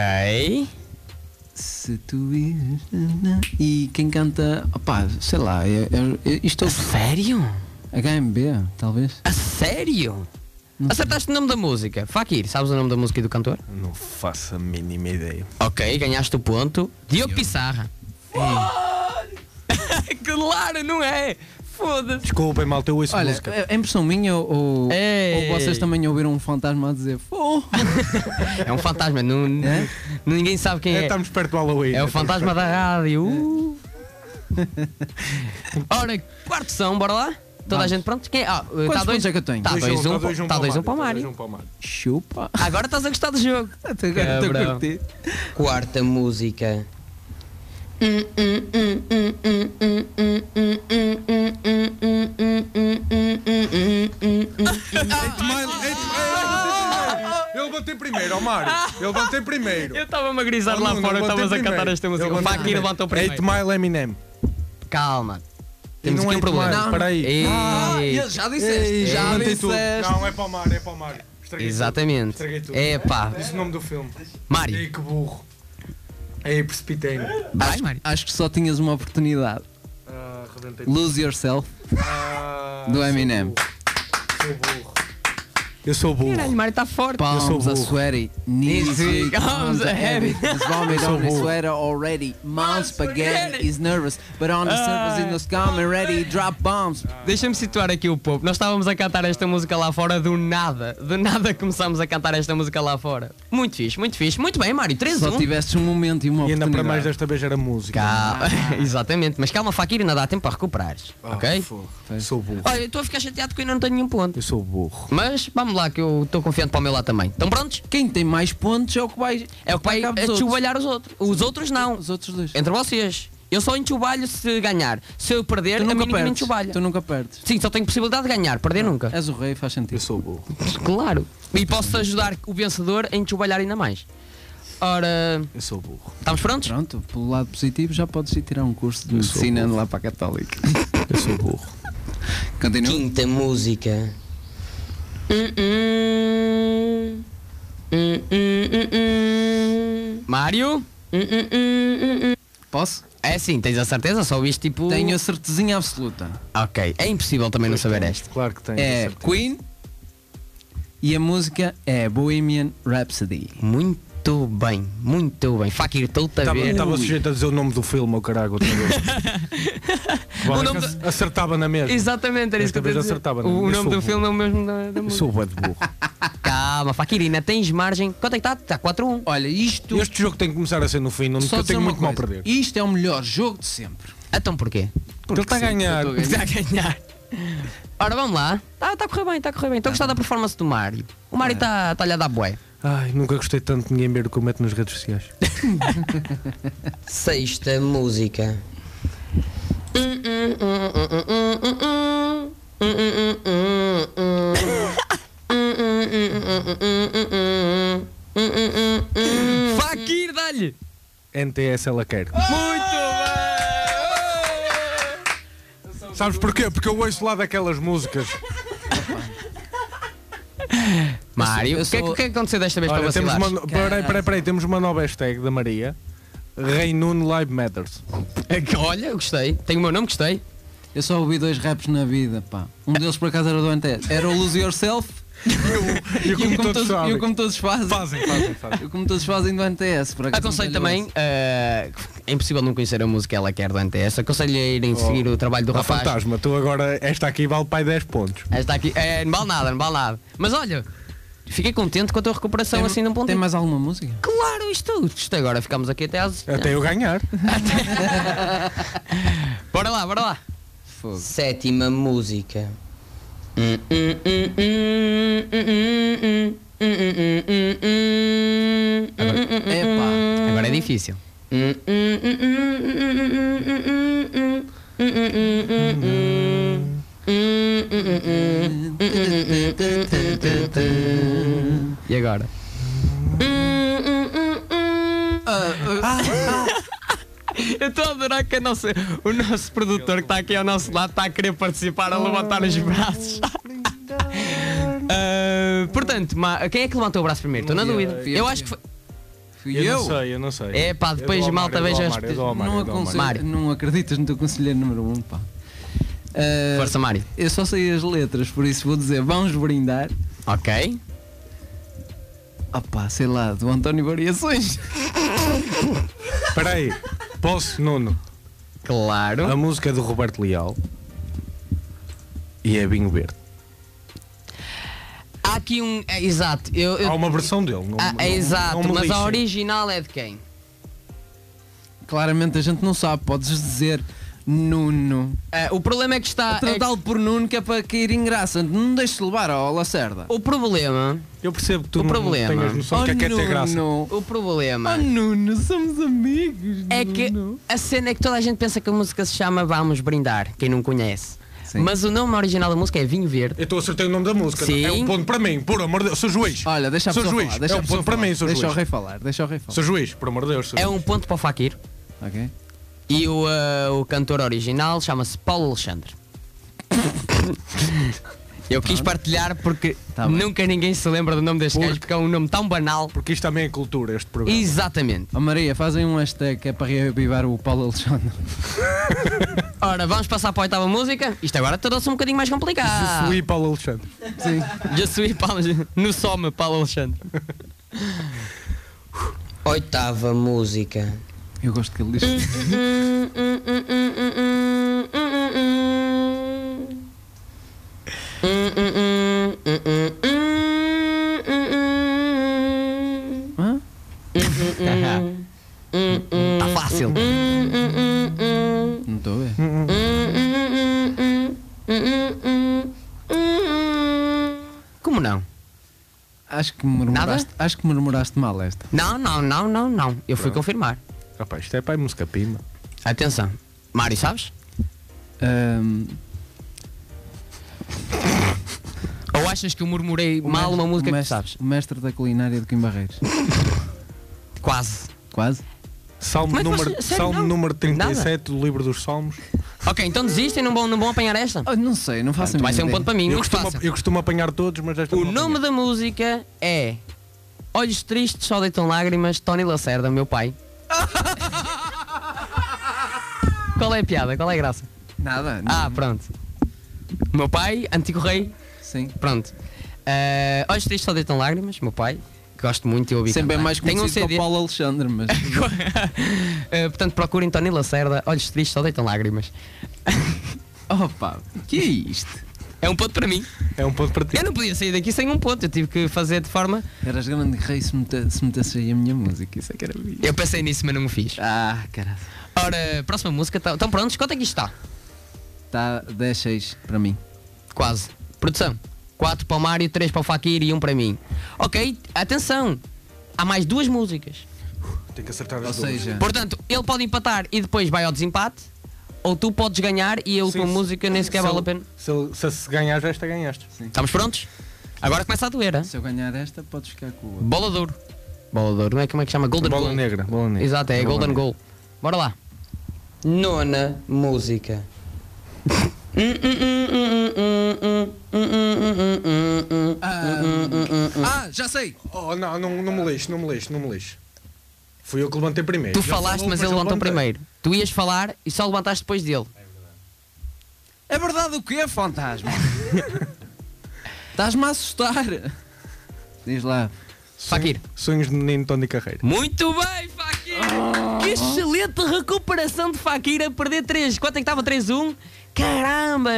Se tu ires- E quem canta. Opá, sei lá, eu, eu, eu, isto
A
é
sério?
o- HMB, talvez.
A sério? Acertaste o nome da música. Fakir, sabes o nome da música e do cantor?
Não faço a mínima ideia.
Ok, ganhaste o ponto. Diogo Pissarra. claro, não é? Foda-se.
Desculpem, malta, eu ouço
Olha,
música.
é é impressão minha ou, ou
Ei.
vocês também ouviram um fantasma a dizer "Fô"?
É um fantasma, não,
É?
ninguém sabe quem
É,
é.
estamos perto do Halloween.
É o fantasma da rádio. Uh. Ora, quarto som, bora lá? Toda a
Vamos.
gente pronto? Quem é? Ah,
Quantos
tá dois,
pontos é que eu tenho?
Tá
Dois um,
dois, um,
tá dois, um
tá dois, um para o
Mário, tá dois,
Mário.
um para o Mário.
Chupa.
Agora estás a gostar do jogo.
Até agora estou a
Cabrão.
curtir.
Quarta música.
é, Eu botei primeiro, ó Mário. Eu botei primeiro.
Eu estava-me a grisar
Oh,
lá
Nuno,
fora,
eu botei
estavas a cantar
primeiro.
esta música.
Eu
O
botei
Fakir
primeiro.
levantou
Eight
primeiro.
Mile Eminem.
Calma.
E
Temos
não
aqui
é
um problema.
tomar, peraí.
Ei.
Ah, já disseste.
Ei,
já
Mandei tudo.
disseste.
Não, é para o Mário, é para o Mário. Estraguei
Exatamente.
Estraguei tudo.
É pá.
tudo. Disse o nome do filme. Ei,
Mário.
que burro. Ei, precipitei-me.
Vai, Mário.
Acho que só tinhas uma oportunidade.
Ah, arrebentei.
Lose yourself.
Ah,
Do
sou
Eminem.
burro. Sou burro. Eu sou burro.
Caralho, Mário está forte.
tá sou
Palms
burro.
are sweaty, knees
Knees weak,
weak, arms are heavy. His vomit
sou
on his
burro.
sweater already. Mouth spaghetti
spaghetti.
is nervous, but on the surface in the scum and ready drop bombs.
Deixa-me situar aqui o povo. Nós estávamos a cantar esta música lá fora do nada. Do nada começámos a cantar esta música lá fora. Muito fixe, muito fixe. Muito bem, Mário. 3
Só
1
tiveste um momento e uma
E ainda para mais
oportunidade.
desta vez era música.
Calma. Exatamente. Mas calma, Fakir, ainda dá tempo para recuperares.
Ah,
ok?
fogo. Sou burro.
Olha, eu estou a ficar chateado que eu ainda não tenho nenhum ponto.
Eu sou burro.
Mas vamos lá, que eu estou confiante para o meu lado também. Estão prontos?
Quem tem mais pontos é o que vai. Então,
É o que vai
Acaba os
é
outros.
chubalhar os outros. Os outros não.
Os outros dois.
Entre vocês. Eu só enchubalho se ganhar. Se eu perder,
Tu
a
nunca
mim ninguém me
perdes.
enchubalha.
Tu Ah. nunca perdes.
Sim, só tenho possibilidade de ganhar. Perder nunca.
És o rei, faz
É. Eu
sentido.
sou burro.
Claro. E posso ajudar o vencedor a enchubalhar ainda mais. Ora,
Eu sou burro.
estamos prontos?
Pronto, pelo lado positivo já podes ir tirar um curso de
sou
medicina lá para a Católica.
Eu sou burro.
Continua.
Quinta música. Hum, hum, Mário?
Hum, Posso?
É sim, tens a certeza? Só ouviste tipo.
Tenho a certezinha absoluta.
Ok, é impossível também não saber esta.
Claro que tenho.
É
certeza.
Queen e a música é Bohemian Rhapsody.
Muito bem, muito bem. Fakir, estou-te a
Estava-
ver.
Estava Tá sujeito a dizer o nome do filme, o caralho, outra vez. Vale,
O nome
que ac- Acertava na mesma.
Exatamente, era isso que
Esta
eu estou
vez
a dizer.
acertava, não?
O
Eu
nome
sou
do
burro.
filme é o mesmo da, da
Eu
música.
sou bué de burro.
Calma, Fakirina, tens margem. Quanto é que está? Está 4-1.
Olha, isto.
Este jogo tem que começar a ser no fim, não porque
só
eu
dizer
tenho
uma
muito mal a
coisa.
perder.
Isto é o melhor jogo de sempre.
Então porquê?
Porque ele está a
sim,
ganhar.
eu estou a
Está a ganhar. Ora, vamos lá. Está a correr bem, está a correr bem. Estou a gostar da performance do Mário. O
É.
Mário está tá a lhe dar bué.
Ai, nunca gostei tanto de ninguém ver o que eu meto nas redes sociais.
Sexta música. Fakir, dá-lhe!
NTS ela quer.
Muito
Sabes porquê? Porque eu ouço lá daquelas músicas.
bem!
Eu
Mário, o que,
sou-
é que- o que é que aconteceu desta vez
Olha,
para
temos
vacilares?
uma, no- peraí, peraí, peraí, temos uma nova hashtag da Maria. Rei Nuno Live Matters.
É que, Olha, eu gostei. Tenho o meu nome, gostei.
Eu só ouvi dois raps na vida, pá. Um deles por acaso era do Antes. Era o Lose Yourself
E
e
eu como todos
e
sabem.
o como todos fazem.
Fazem, fazem, fazem.
Eu como todos fazem do Antes. por acaso
Aconselho
não tenho
também, eh, é impossível não conhecer a música Ela Quer do NTS. Aconselho a
Oh.
irem seguir o trabalho do
Ó,
rapaz.
fantasma, tu agora, esta aqui vale pai 10 pontos.
Eh, Esta aqui, é, não vale nada, não vale nada. Mas olha, Fiquei contente com a tua recuperação assim de um ponto.
Tem mais É. alguma música?
Claro, isto, isto agora ficamos aqui até às.
Até eu ganhar.
Bora lá, bora lá. Sétima música. Uhum.
Epá.
Agora é difícil. E agora? Eu estou a adorar que a nossa- o nosso produtor que está aqui ao nosso lado está a querer participar, a levantar os braços. Ah, portanto, ma- quem é que levantou o braço primeiro? Estou na
Fui eu,
dúvida.
fui eu.
Eu acho que foi.
Fui
Eu,
eu.
não sei, eu não sei.
É pá,
Eu
depois
dou ao
malta
Mário, eu dou
veja
ao
as-
Mário, eu dou ao Mário,
Não,
eu dou ao
aconselho-
Mário.
Mário.
não acreditas no teu conselheiro número 1, um, pá. Ah,
Força, Mário.
Eu só sei as letras, por isso vou dizer vamos brindar.
Ok.
Ah pá, sei lá, do António Variações.
Espera aí. Posso, Nuno? A
Claro.
música é do Roberto Leal. E é vinho verde.
Há aqui um. é, exato. Eu, eu-
um-
Há uma versão dele. Não,
Ah,
não-
é exato,
não me
mas a
lixem.
original é de quem?
Claramente a gente não sabe, podes dizer Nuno.
Ah, o problema é que está.
A
é que-
Tratá-lo por Nuno que é para cair em graça. Não deixes de levar ao Lacerda.
o problema.
Eu percebo que tu
O
não
problema- Oh,
tenhas noção do que é que é ter graça.
Nuno.
O problema.
Oh Nuno, somos amigos.
É que
Nuno.
a cena é que toda a gente pensa que a música se chama Vamos Brindar, quem não conhece.
Sim.
Mas o nome original da música é Vinho Verde.
Eu estou a acertar o nome da música.
Sim.
É um ponto para mim, por amor de Deus. Sou juiz.
Olha, deixa a
Sou
pessoa
juiz.
falar. Deixa
é
a
um
pessoa
ponto para
falar.
mim, sou
Deixa o
juiz.
rei falar, deixa o rei falar.
Sou juiz, por amor de Deus. sou
É
juiz.
um ponto para o Fakir.
Ok?
E o, ah, o cantor original chama-se Paulo Alexandre. Eu quis partilhar porque
Tá bem.
nunca ninguém se lembra do nome deste gajo porque é um nome tão banal.
Porque isto também é cultura, este programa.
Exatamente.
Ó Maria, fazem um hashtag que é para reavivar o Paulo Alexandre.
Ora, vamos passar para a oitava música. Isto agora tornou-se um bocadinho mais complicado.
Fui Paulo Alexandre.
Sim.
Já subi Paulo no some Paulo Alexandre. Oitava música.
Eu gosto que ele diz. Hã?
Está fácil.
Não estou a ver.
Como não?
Acho que murmuraste, acho que murmuraste mal esta.
Não, não, não, não, não. Eu fui confirmar.
Rapaz, isto é pai música pima.
Atenção. Mário, sabes?
Ahm,
Ou achas que eu murmurei mal uma música
o
que tu
mestre,
sabes?
O mestre da culinária de Quim Barreiros.
Quase.
Quase.
Salmo,
Como é que
número,
vocês- sério,
Salmo
não?
número 37 do livro dos Salmos.
Ok, então desistem, não vão, não vão apanhar esta?
Oh, não sei, não faço a mínima
Vai ser um
ideia.
ponto para mim,
Eu
muito
costumo,
fácil.
eu costumo apanhar todos, mas esta
O nome da música é Olhos Tristes, Só Deitam Lágrimas, Tony Lacerda, meu pai. Qual é a piada? Qual é a graça?
Nada.
Ah,
não.
pronto. Meu pai, antigo rei,
Sim.
pronto. Ah, Olhos Tristes, Só Deitam Lágrimas, meu pai, que gosto muito e ouvi
Sempre é
cantar.
mais
Tem um
conhecido que
CD.
o Paulo Alexandre, mas.
Ah, portanto, procurem Tony Lacerda, Olhos Tristes, Só Deitam Lágrimas.
Opa, que é isto?
É um ponto para mim.
É um ponto para ti.
Eu não podia sair daqui sem um ponto, eu tive que fazer de forma.
Eras grande rei se meta- se metesse aí a minha música, isso é que era bicho.
Eu pensei nisso, mas não o fiz.
Ah, caralho.
Ora, próxima música. tá- Estão prontos? Quanto é que isto está?
Está 10 6 Tá, para mim.
Quase. Produção. 4 para o Mário, 3 para o Fakir e 1 para mim. Ok, atenção. Há mais duas músicas.
Tenho que acertar
Ou
as duas.
seja,
Portanto, ele pode empatar e depois vai ao desempate. Ou tu podes ganhar e a última
Sim,
música nem sequer
se-
vale a pena.
Se, se, se ganhares esta, ganhaste.
Estamos prontos? Agora começa a doer, hein?
se eu ganhar esta, podes ficar com o outro.
Bola de ouro. Bola de ouro, não é como é que chama? Golden
Bola
Goal.
negra, bola negra.
Exato, é
Bola
Golden
negra.
Goal. Bora lá. Nona música.
Ah, já sei!
Oh, não, não, não me lixe, não me lixe, não me lixe. Fui eu que levantei primeiro.
Tu
Ele
falaste,
falou,
mas ele levantou
levantei.
primeiro. Tu ias falar e só levantaste depois dele.
É verdade o que é, fantasma? Estás-me a assustar! Diz lá.
Fakir.
Sonhos de menino Tony Carreira.
Muito bem, Fakir!
Ah.
Que excelente recuperação de Fakir a perder 3. Quanto é que estava? 3-1? Caramba!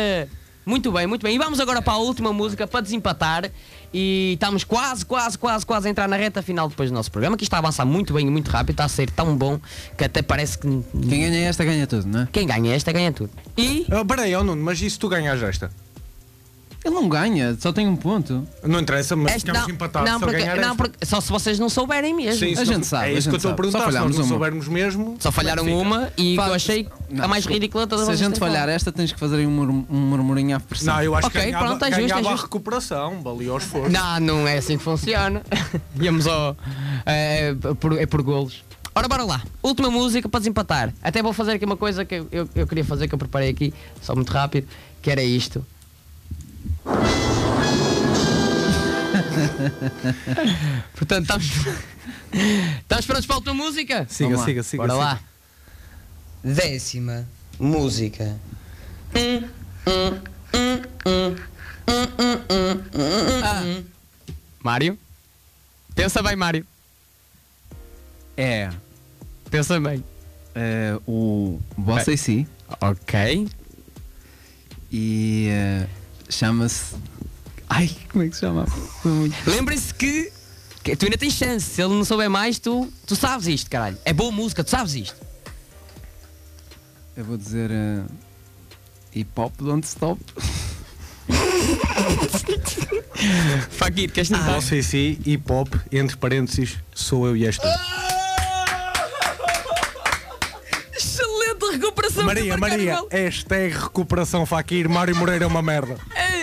Muito bem, muito bem. E vamos agora para a última música para desempatar. E estamos quase, quase, quase, quase a entrar na reta final depois do nosso programa, que está a avançar muito bem e muito rápido, está a ser tão bom que até parece que
Quem ganha esta ganha tudo, não é?
quem ganha esta ganha tudo. E
Ah, peraí, ó Nuno, mas e se tu ganhas esta?
Ele não ganha, só tem um ponto.
Não interessa, mas
esta-
ficamos empatados
não,
se eu
porque,
ganhar
não,
esta.
porque- só se vocês não souberem mesmo.
Sim,
a
se não-
gente sabe,
É
a
isso
gente
que eu estou a
sabe. Só
perguntar, se nós
falhámos
não
uma.
soubermos mesmo...
Só falharam
fica.
uma e que eu achei a
Não,
Tá mais
desculpa.
ridícula de todas
Se a
vocês
gente
têm
falhar
falado.
esta, tens que fazer aí um, murm- um murmurinho à pressão.
Não, eu acho
Ok,
que ganhava,
pronto, é justo, é
ganhava a
justo.
recuperação, valia o esforço.
Não, não é assim que funciona. Íamos ao. É, é por, é por golos. Ora, bora lá. Última música para desempatar. Até vou fazer aqui uma coisa que eu, eu, eu queria fazer, que eu preparei aqui, só muito rápido, que era isto. Portanto, estamos. estamos prontos para a última música?
Siga,
Vamos lá,
siga, siga.
Bora
siga.
lá.
Décima música.
Mário? Pensa bem, Mário.
É,
Pensa bem.
é, o Bossa e Si
Ok.
e é, chama-se. Ai, como é que se chama? Foi muito-
Lembrem-se que, que tu ainda tens chance. Se ele não souber mais, tu, tu sabes isto, caralho. É boa música, tu sabes isto.
Eu vou dizer. é, Hip Hop Don't Stop.
Fuck it, queres tentar?
Bossa e si, hip hop, entre parênteses, sou eu e esta.
Ah, Excelente recuperação
Maria, Maria, esta é recuperação Fakir, Mário Moreira é uma merda.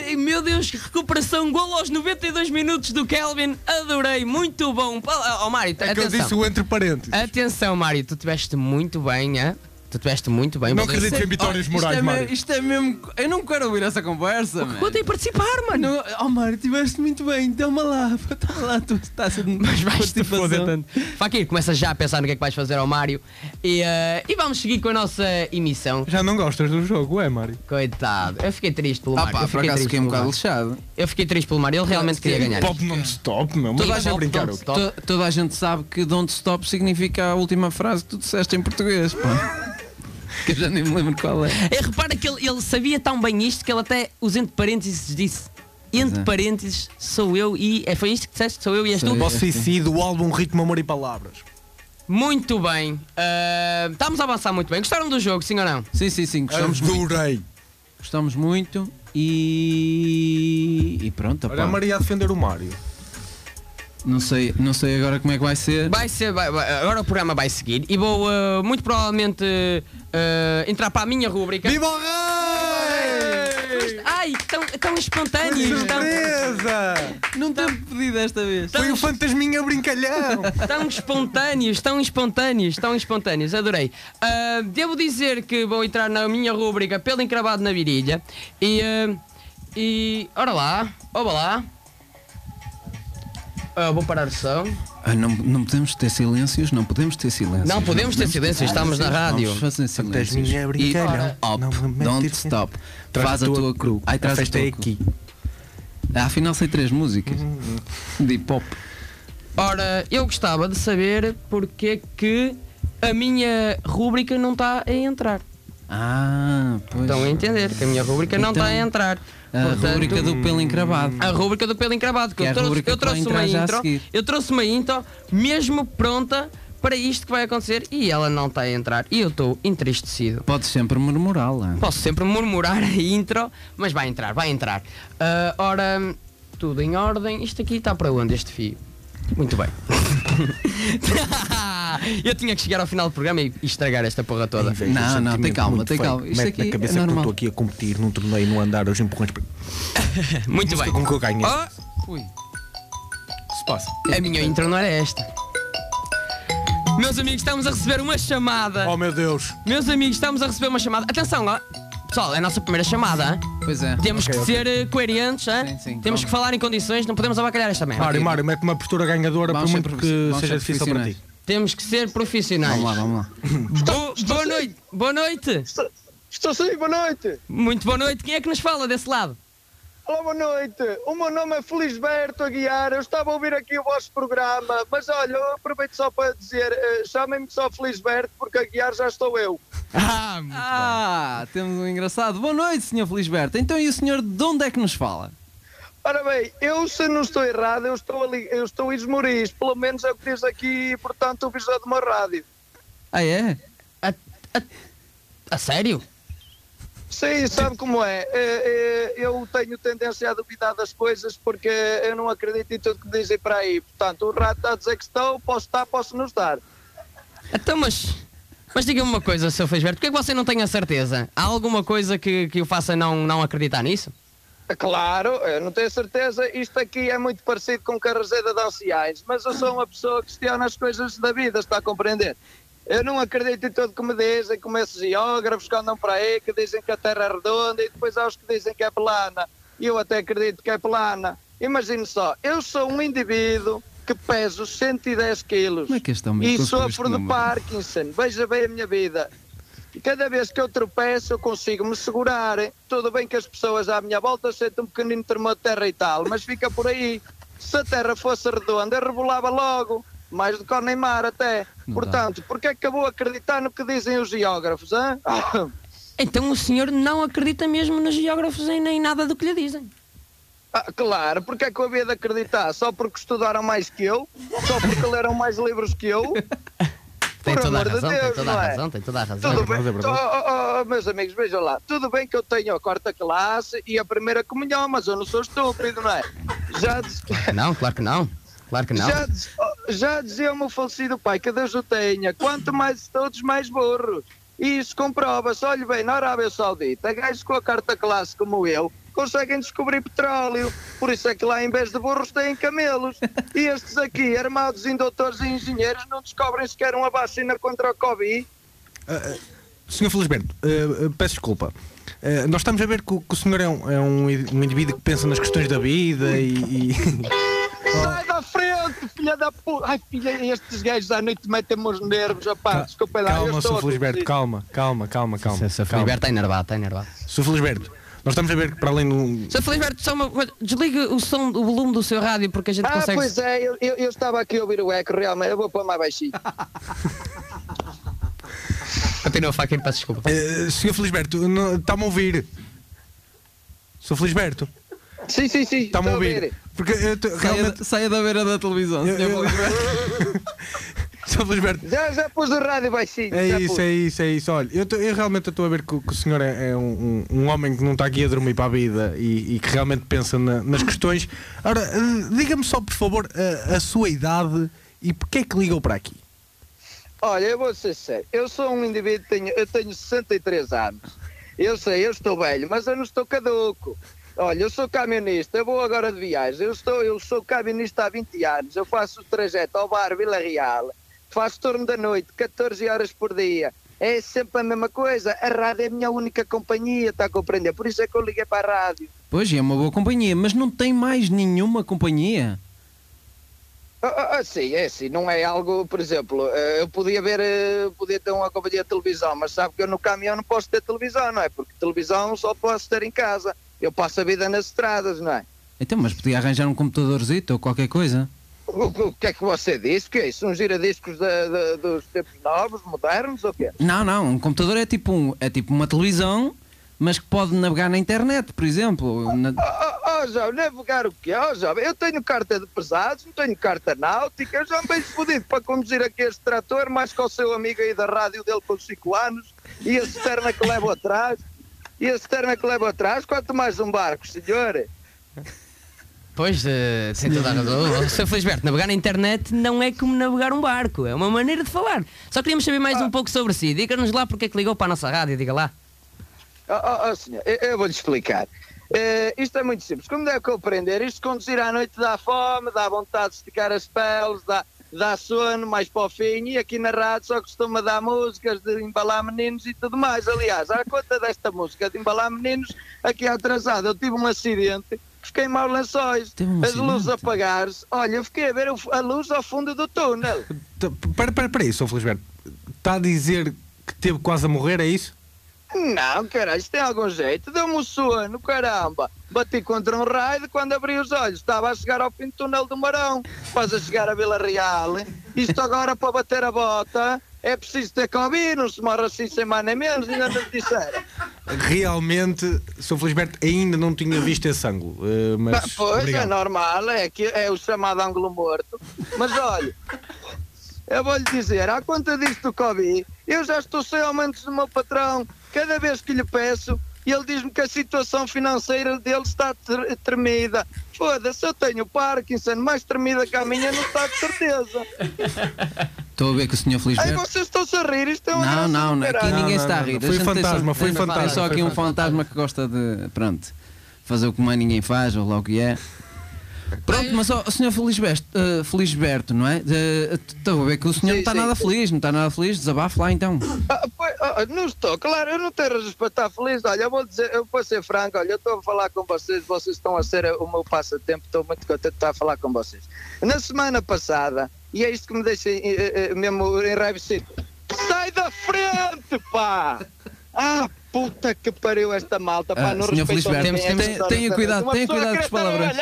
Ei, meu Deus, que recuperação. Gol aos 92 minutos do Kelvin. Adorei, muito bom. Ó, oh, Mário,
É que
atenção.
eu disse o entre parênteses.
Atenção, Mário, tu tiveste muito bem, hã? Tu tiveste muito bem.
Não
Mas eu
acredito
sei-
em vitórias
isto, é
morais,
me-
Mário.
isto é mesmo. Eu não quero ouvir essa conversa, mano.
Vou ter que participar, mano.
Não, oh, Mário, estiveste muito bem, toma lá, toma lá, tu tá estás a
Mas vais-te foder tanto. Fakir, começa já a pensar no que é que vais fazer ao Mário. E, eh, e vamos seguir com a nossa emissão.
Já não gostas do jogo, é Mário?
Coitado, eu fiquei triste pelo
Ah,
Mário.
pá, por
eu, fiquei
acaso
triste
fiquei um
pelo
bocado
Mário.
lixado.
eu fiquei triste pelo Mário, ele realmente queria ganhar.
Pop non-stop, meu.
Toda
Mas vais
a
a
gente-
brincar,
don't
ok?
stop.
To- toda a gente sabe que Don't Stop significa a última frase que tu disseste em português, pá. que eu já nem me lembro qual é.
É, repara que ele, ele sabia tão bem isto que ele até, os entre parênteses, disse. Entre
é.
parênteses, sou eu e. É, foi isto que disseste? Sou eu e és
Sou
tu?
eu.
Bossa e si, do álbum Ritmo, Amor e Palavras.
Muito bem. Ah, estamos a avançar muito bem. Gostaram do jogo, sim ou não?
Sim, sim, sim, gostamos muito.
Adorei.
Gostamos muito e. E pronto,
Olha a
pá.
Maria a defender o Mário.
Não sei, não sei agora como é que vai ser.
Vai ser, vai- vai- agora o programa vai seguir e vou eh, muito provavelmente eh, entrar para a minha rúbrica.
Viva o rei!
Ai, tão, tão espontâneos, tão,
Surpresa!
Não te
tá.
pedido desta vez.
Foi o fantasminha brincalhão!
tão espontâneos, tão espontâneos, tão espontâneos, adorei. Ah, devo dizer que vou entrar na minha rúbrica pelo encravado na virilha e. ah, e. Ora lá, oba lá. Ah, vou parar o som.
Ah, não, não podemos ter silêncios, não podemos ter silêncios.
Não podemos ter silêncio, estamos na rádio.
Vamos fazer silêncios.
Fantasminha brincalhão, não
E,
me
op,
metes
don't
em-
stop.
Traz
Faz a tua cru. Ai, traz
a festa é
tua cru.
aqui.
Ah, afinal sei três músicas
Uhum.
de hip hop.
Ora, eu gostava de saber porque é que a minha rúbrica não está a entrar.
Ah, pois.
Estão a entender que a minha rúbrica não
Então,
está a entrar.
A
Portanto,
rubrica do pelo encravado.
a rúbrica do pelo encravado, que,
Que é
eu
a
trouxe,
rúbrica
eu
que vai
trouxe uma
entrar já a
intro,
seguir.
eu trouxe uma intro mesmo pronta para isto que vai acontecer e ela não está a entrar e eu estou entristecido.
Podes sempre murmurá-la.
Posso sempre murmurar a intro, mas vai entrar, vai entrar. Ah, ora, tudo em ordem. Isto aqui está para onde este fio? Muito bem. eu tinha que chegar ao final do programa e e estragar esta porra toda.
Não, não, tem calma, tem calma. Isto
Isto aqui
aqui é
na cabeça que eu
normal.
estou aqui a competir num torneio no andar, os empurrões. para-
Muito bem.
Como que eu ganhei?
Ah,
Ui.
Se passa.
a minha intro não era esta. Meus amigos, estamos a receber uma
Ah!
chamada.
Oh meu Deus!
Meus amigos, estamos a receber uma chamada. Atenção, ó. Pessoal, é a nossa primeira chamada. hã?
Pois é.
Temos
Ok,
que
ok.
ser eh, coerentes, hã?
Sim, sim,
temos
vamos.
que falar em condições, não podemos abacalhar esta merda.
Mário, Mário, mete uma postura ganhadora, por
Vamos ser
muito
profiss-
que
vamos
seja
ser
difícil para ti.
Temos que ser profissionais.
Vamos lá, vamos lá.
Bo- boa noite, boa noite.
Estou- Estou sim, boa noite.
Muito boa noite. Quem é que nos fala desse lado?
Olá, boa noite. O meu nome é Felisberto Aguiar. Eu estava a ouvir aqui o vosso programa, mas olha, eu aproveito só para dizer, eh, chamem-me só Felisberto, porque Aguiar já estou eu.
Ah, muito
Ah, temos um engraçado. Boa noite, Sr. Felisberto. Então, e o senhor de onde é que nos fala?
Ora bem, eu se não estou errado, eu estou ali, eu estou em Esmoriz, pelo menos é o que diz aqui, portanto, o visor de uma rádio.
Ah, é?
A, a- a sério?
Sim, sabe como é? Eh, eh, Eu tenho tendência a duvidar das coisas porque eu não acredito em tudo que dizem para aí. Portanto, o rato está a dizer que estou, posso estar, posso não estar.
Então, mas. Mas diga-me uma coisa, Sr. Feisberto, porquê é que você não tem a certeza? Há alguma coisa que, que o faça não, não acreditar nisso?
É Claro, eu não tenho certeza. Isto aqui é muito parecido com Carrazeira de Anciães, mas eu sou uma pessoa que questiona as coisas da vida, está a compreender? Eu não acredito em tudo que me dizem, como esses geógrafos que andam para aí, que dizem que a Terra é redonda e depois há os que dizem que é plana. E eu até acredito que é plana. Imagine só, eu sou um indivíduo que peso 110 quilos
Como é que este homem
e
conseguiu este
sofro de
número?
Parkinson. Veja bem a minha vida. E cada vez que eu tropeço, eu consigo me segurar. Tudo bem que as pessoas à minha volta sentem um pequenino tremor de terra e tal, mas fica por aí. Se a terra fosse redonda, eu rebolava logo. Mais do que ao Neymar, até.
Não dá.
Portanto, porque é que eu vou acreditar no que dizem os geógrafos, hã? Ah,
Então o senhor não acredita mesmo nos geógrafos e nem nada do que lhe dizem.
Ah, claro, porque é que eu havia de acreditar? Só porque estudaram mais que eu? Só porque leram mais livros que eu?
Tem
Por
toda a
amor de
razão, tem
Deus,
toda a
não é?
razão, tem toda a razão.
Tudo
É verdade,
bem,
é verdade.
Oh, oh, oh, meus amigos, vejam lá, tudo bem que eu tenho a quarta classe e a primeira comunhão, mas eu não sou estúpido, não é? Já, diz-
Não, claro que não. Claro que não.
já, diz- oh, já dizia o meu falecido pai, que Deus o tenha, quanto mais todos, mais burros. E isso comprova-se, olhe bem, na Arábia Saudita, gajos com a quarta classe como eu, conseguem descobrir petróleo, por isso é que lá em vez de burros têm camelos. E estes aqui, armados em doutores e engenheiros, não descobrem sequer uma vacina contra a Covid.
Senhor Felisberto, eh, eh, peço desculpa. Eh, nós estamos a ver que, o- que o senhor é, um, é um i- um indivíduo que pensa nas questões da vida e. e-
Sai da frente, filha da puta! Ai, filha, estes gajos à noite metem-me os nervos, opá, desculpa lá. eu
calma,
estou
Sr.
a
Felisberto,
conduzir.
calma, calma, calma,
é
calma.
Sr.
calma.
Felisberto está enervado, está enervado.
Sr. Felisberto, nós estamos a ver que para além de um.
Sr. Felisberto, só uma coisa. Desligue o som, o volume do seu rádio porque a gente
Ah,
consegue.
pois é, eu, eu- eu estava aqui a ouvir o eco, realmente, eu vou pôr mais baixinho.
Continua a faca e peço desculpa.
Eh, Senhor Felisberto, não- está-me a ouvir. Sr. Felisberto,
Sim, sim, sim,
está-me a
estou
ouvir. Porque eu te-
Saia,
realmente.
da- saia da beira da televisão,
Eu-
senhor
eu-
Felisberto.
Sr. Felisberto,
Já, já pus o rádio baixinho.
É
já
isso,
pus.
é isso, é isso. Olha, eu, tô- eu realmente estou a ver que, o- que o senhor é, é um, um- um homem que não está aqui a dormir para a vida e, e que realmente pensa na- nas questões. Ora, eh, diga-me só, por favor, eh, a, a sua idade e porquê é que ligou para aqui?
Olha, eu vou ser sério, eu sou um indivíduo, tenho, eu tenho 63 anos. Eu sei, eu estou velho, mas eu não estou caduco. Olha, eu sou camionista, eu vou agora de viagem. Eu, estou, eu sou camionista há 20 anos. Eu faço o trajeto ao bar Vila Real. Faço turno da noite, 14 horas por dia. É sempre a mesma coisa. A rádio é a minha única companhia, está a compreender? Por isso é que eu liguei para a rádio.
Pois, e é uma boa companhia, mas não tem mais nenhuma companhia.
Ah, ah, ah, sim, é assim, não é algo, por exemplo, eh, eu podia ver, eh, podia ter uma companhia de televisão, mas sabe que eu no caminhão não posso ter televisão, não é? Porque televisão só posso ter em casa. Eu passo a vida nas estradas, não é?
Então, mas podia arranjar um computadorzito ou qualquer coisa.
O, o- o que é que você disse? Que é isso? Um giradiscos da- da- dos tempos novos, modernos ou quê?
Não, não, um computador é tipo, um, é tipo uma televisão, mas que pode navegar na internet, por exemplo. Na-
Oh, oh, oh jovem, navegar o quê? Oh, jovem, eu tenho carta de pesados, não tenho carta náutica, eu já me vejo fodido para conduzir aqui este trator, mais com o seu amigo aí da rádio dele com 5 anos, e a cisterna que levo atrás, e a cisterna que levo atrás, quanto mais um barco, senhor.
Pois, eh, sem toda a razão. Sr. Felisberto, navegar na internet não é como navegar um barco, é uma maneira de falar. Só queríamos saber
Ah.
mais um pouco sobre si. Diga-nos lá porque é que ligou para a nossa rádio, diga lá.
Oh, oh, oh, senhor, eu, eu vou-lhe explicar. Eh, isto é muito simples. Como deve compreender, isto de conduzir à noite dá fome, dá vontade de esticar as peles, dá, dá sono, mais para o fim. E aqui na rádio só costuma dar músicas de embalar meninos e tudo mais. Aliás, à conta desta música de embalar meninos, aqui atrasado, eu tive um acidente, fiquei mal lençóis,
Teve um
as luzes
acidente?
apagaram-se. Olha, eu fiquei a ver o f- a luz ao fundo do túnel.
Tá- Espera, espera, espera aí, Sr. Felisberto. Está a dizer que teve quase a morrer, é isso?
Não, caralho, isto tem algum jeito. Deu-me um sono, caramba. Bati contra um raio quando abri os olhos. Estava a chegar ao fim do túnel do Marão. Quase a chegar a Vila Real. Isto agora para bater a bota. É preciso ter Covid, não se morre assim sem mais nem menos, ainda não te disseram.
Realmente, Sr. Felisberto, ainda não tinha visto esse ângulo. eh,
Pá,
mas
Pois, é
obrigado.
normal, é, que é o chamado ângulo morto. Mas olha, eu vou-lhe dizer, à conta disto do Covid, eu já estou sem aumentos do meu patrão. Cada vez que lhe peço, ele diz-me que a situação financeira dele está tre- tremida. Foda-se, eu tenho Parkinson, mais tremida que a minha, não está de certeza.
Estou a ver que o senhor
Aí
Felisberto.
vocês estão-se a rir, isto é uma
é- Não,
graça
não,
do
não, aqui
caralho.
ninguém
Não,
está a
não,
rir.
não, foi
Deixa-me ter
fantasma,
só-
foi
tem-
fantasma,
Tem só aqui
foi
um
fantasma.
fantasma que gosta de. Pronto, fazer o que mais ninguém faz, ou lá o que é. Pronto, mas ó, o senhor Felisberto, eh, Felisberto, não é? Eh, Estou a ver que o senhor
Sim,
não está
sim.
nada feliz, não está nada feliz, desabafe lá então.
Ah, pois, ah, não estou, claro, eu não tenho razões para estar feliz. Olha, eu vou dizer, eu vou ser franco, olha, eu estou a falar com vocês, vocês estão a ser o meu passatempo, estou muito contente de estar a falar com vocês. Na semana passada, e é isto que me deixa eh, eh, mesmo enraivecido, sai da frente, pá! Ah, puta que pariu esta malta, pá,
Ah,
não
senhor
respeito
Felizberto, temos- temos- tenha cuidado, tenha cuidado com as palavras.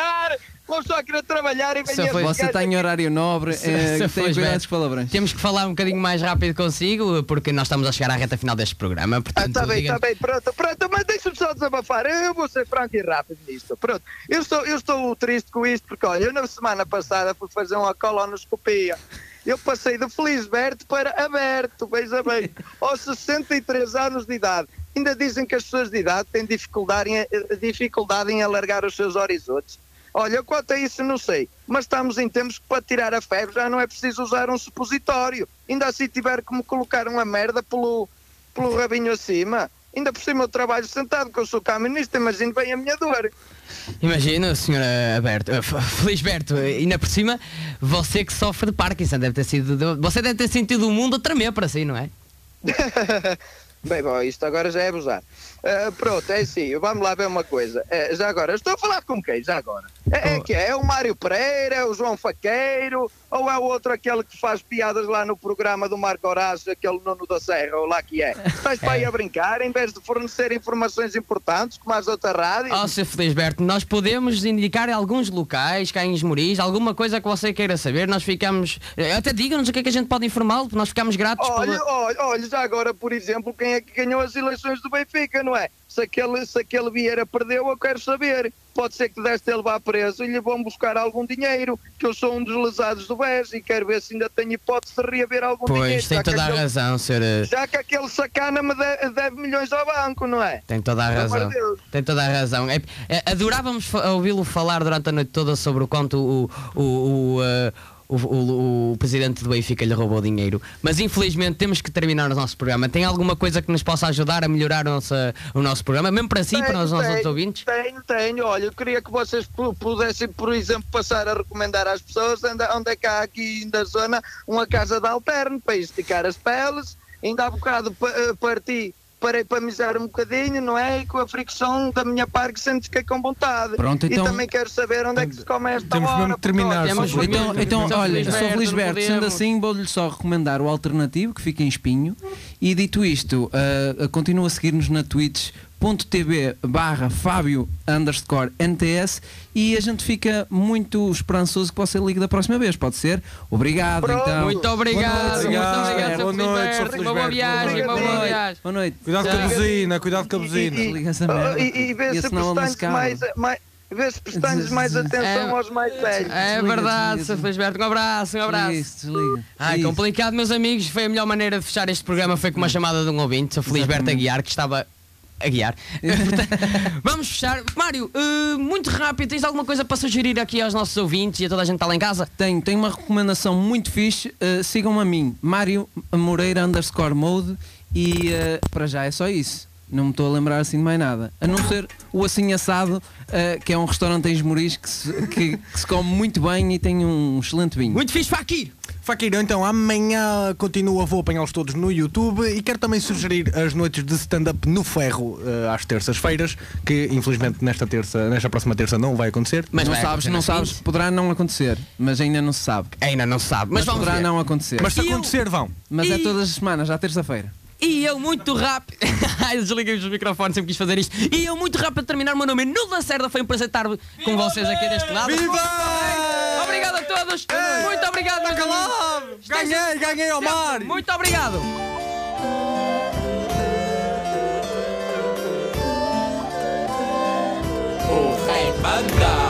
Uma pessoa a querer trabalhar
Senhor
e venha
Felizberto,
Você está em horário nobre,
Se-
eh, tem
se Felisberto-
cuidado com os palavrões.
Temos que falar um bocadinho mais rápido consigo, porque nós estamos a chegar à reta final deste programa.
Ah,
Portanto,
está bem,
diga-
está bem, pronto, pronto, mas deixa-me só desabafar. Eu vou ser franco e rápido nisto. Pronto, eu estou, eu estou triste com isto porque, olha, eu na semana passada fui fazer uma colonoscopia. Eu passei de Felisberto para Aberto, veja bem, aos 63 anos de idade. Ainda dizem que as pessoas de idade têm dificuldade em, eh, dificuldade em alargar os seus horizontes. Olha, quanto a isso não sei, mas estamos em tempos que para tirar a febre já não é preciso usar um supositório. Ainda assim tiver que me colocar uma merda pelo, pelo rabinho acima. Ainda por cima eu trabalho sentado, que eu sou caminista, imagino bem a minha dor.
Imagina, senhora Aberto, eh, F- Felisberto, eh, ainda por cima, você que sofre de Parkinson, deve ter sido, de- você deve ter sentido o mundo a tremer para si, não é?
Bem, bom, isto agora já é abusar. Ah, pronto, é assim, vamos lá ver uma coisa. Eh, já agora, estou a falar com quem? Já agora. É, é que é? É o Mário Pereira, é o João Faqueiro, ou é o outro aquele que faz piadas lá no programa do Marco Horácio, aquele Nuno da Serra, ou lá que é? Estás para aí a brincar, em vez de fornecer informações importantes, como as outras rádios?
Ó, Sr. Felisberto, nós podemos indicar alguns locais, cá em Esmoriz, alguma coisa que você queira saber, nós ficamos. eh, Até diga-nos o que é que a gente pode informá-lo, porque nós ficamos gratos
Olha,
pela-
olha, olha, já agora, por exemplo, quem é que ganhou as eleições do Benfica, não é? Se aquele, se aquele Vieira perdeu, eu quero saber. Pode ser que deste a levar preso e lhe vão buscar algum dinheiro, que eu sou um dos lesados do BES e quero ver se ainda tenho hipótese de reaver algum dinheiro.
Pois, tem
já, tá, que
toda a
aquele,
razão, senhora.
já que aquele sacana me de- deve milhões ao banco, não é?
Tem toda a
Pelo amor
razão.
de Deus.
Tem toda a razão. É- é- adorávamos fa- ouvi-lo falar durante a noite toda sobre o quanto o, o, o, eh, o- o- o presidente do Benfica lhe roubou dinheiro. Mas infelizmente temos que terminar o nosso programa. Tem alguma coisa que nos possa ajudar a melhorar a nossa- o nosso programa, mesmo para si, para os nossos outros ouvintes?
Tenho, tenho. Olha, eu queria que vocês pu- pudessem, por exemplo, passar a recomendar às pessoas onde, onde é que há aqui na zona uma casa de alterno para esticar as peles. Ainda há bocado pa- eh, parti, parei para mijar um bocadinho, não é? E com a fricção da minha parte sempre fiquei com vontade.
Pronto, então-
E também quero saber onde é que se come esta
Temos
hora.
mesmo que terminar,
porque, olha,
Sr. Felisberto.
Então,
Felizberto,
então
Sr.
olha,
Felizberto,
sou Felisberto,
não
sendo
podemos.
assim, vou-lhe só recomendar o alternativo, que fica em espinho. E dito isto, ah, ah, continua a seguir-nos na twitch.tv barra Fábio underscore NTS e a gente fica muito esperançoso que você ligue da próxima vez, pode ser? Obrigado,
Pronto.
então.
Muito obrigado, muito
obrigado,
obrigado, Sr.
boa noite, Sr.
Felisberto. Uma boa
Felisberto,
viagem, uma
boa
boa
noite.
viagem.
Boa noite.
Cuidado com a
Já.
buzina, cuidado com a buzina.
E, e,
Liga essa
oh,
merda.
e, e vê
E
se
senão ele
prestando
escala.
mais, mais, vê se prestando mais atenção
É-
aos mais velhos.
É
Desliga,
verdade,
desliga.
Sr. Felisberto. Um abraço, um abraço.
Isso, desliga.
Ah,
Isso.
complicado, meus amigos. Foi a melhor maneira de fechar este programa. Foi com uma chamada de um ouvinte, o Felisberto
Exatamente.
Aguiar, que estava a guiar. Portanto, Vamos fechar. Mário, eh, muito rápido, tens alguma coisa para sugerir aqui aos nossos ouvintes e a toda a gente que está lá em casa?
Tenho, tenho uma recomendação muito fixe. eh, sigam a mim, Mário Moreira underscore mode. E eh, para já é só isso. Não me estou a lembrar assim de mais nada. A não ser o Assim Assado, eh, que é um restaurante em Esmoriz que se, que- que se come muito bem e tem um excelente vinho.
Muito fixe, Fakir!
Faquirão, então amanhã continua, vou apanhá-los todos no YouTube e quero também sugerir as noites de stand-up no ferro eh, às terças-feiras, que infelizmente nesta terça, nesta próxima terça não vai acontecer.
Mas
não
vai
sabes,
acontecer
não
na
sabes,
seguinte.
poderá não acontecer, mas ainda não se sabe.
Ainda não se sabe, mas, vamos
poderá
ver.
não acontecer.
Mas
Mas,
se
E eu-
acontecer, vão.
é
E-
todas as semanas, à terça-feira.
E eu muito rápido. Ai, desliguei os microfones, sempre quis fazer isto. E eu muito rápido a terminar o meu nome. é Nuno Lacerda, foi um prazer estar com vocês aqui deste lado.
Viva!
Obrigado a todos! Muito obrigado, meus amigos.
É. Tá Ganhei, ganhei ao
Muito obrigado!
Banda.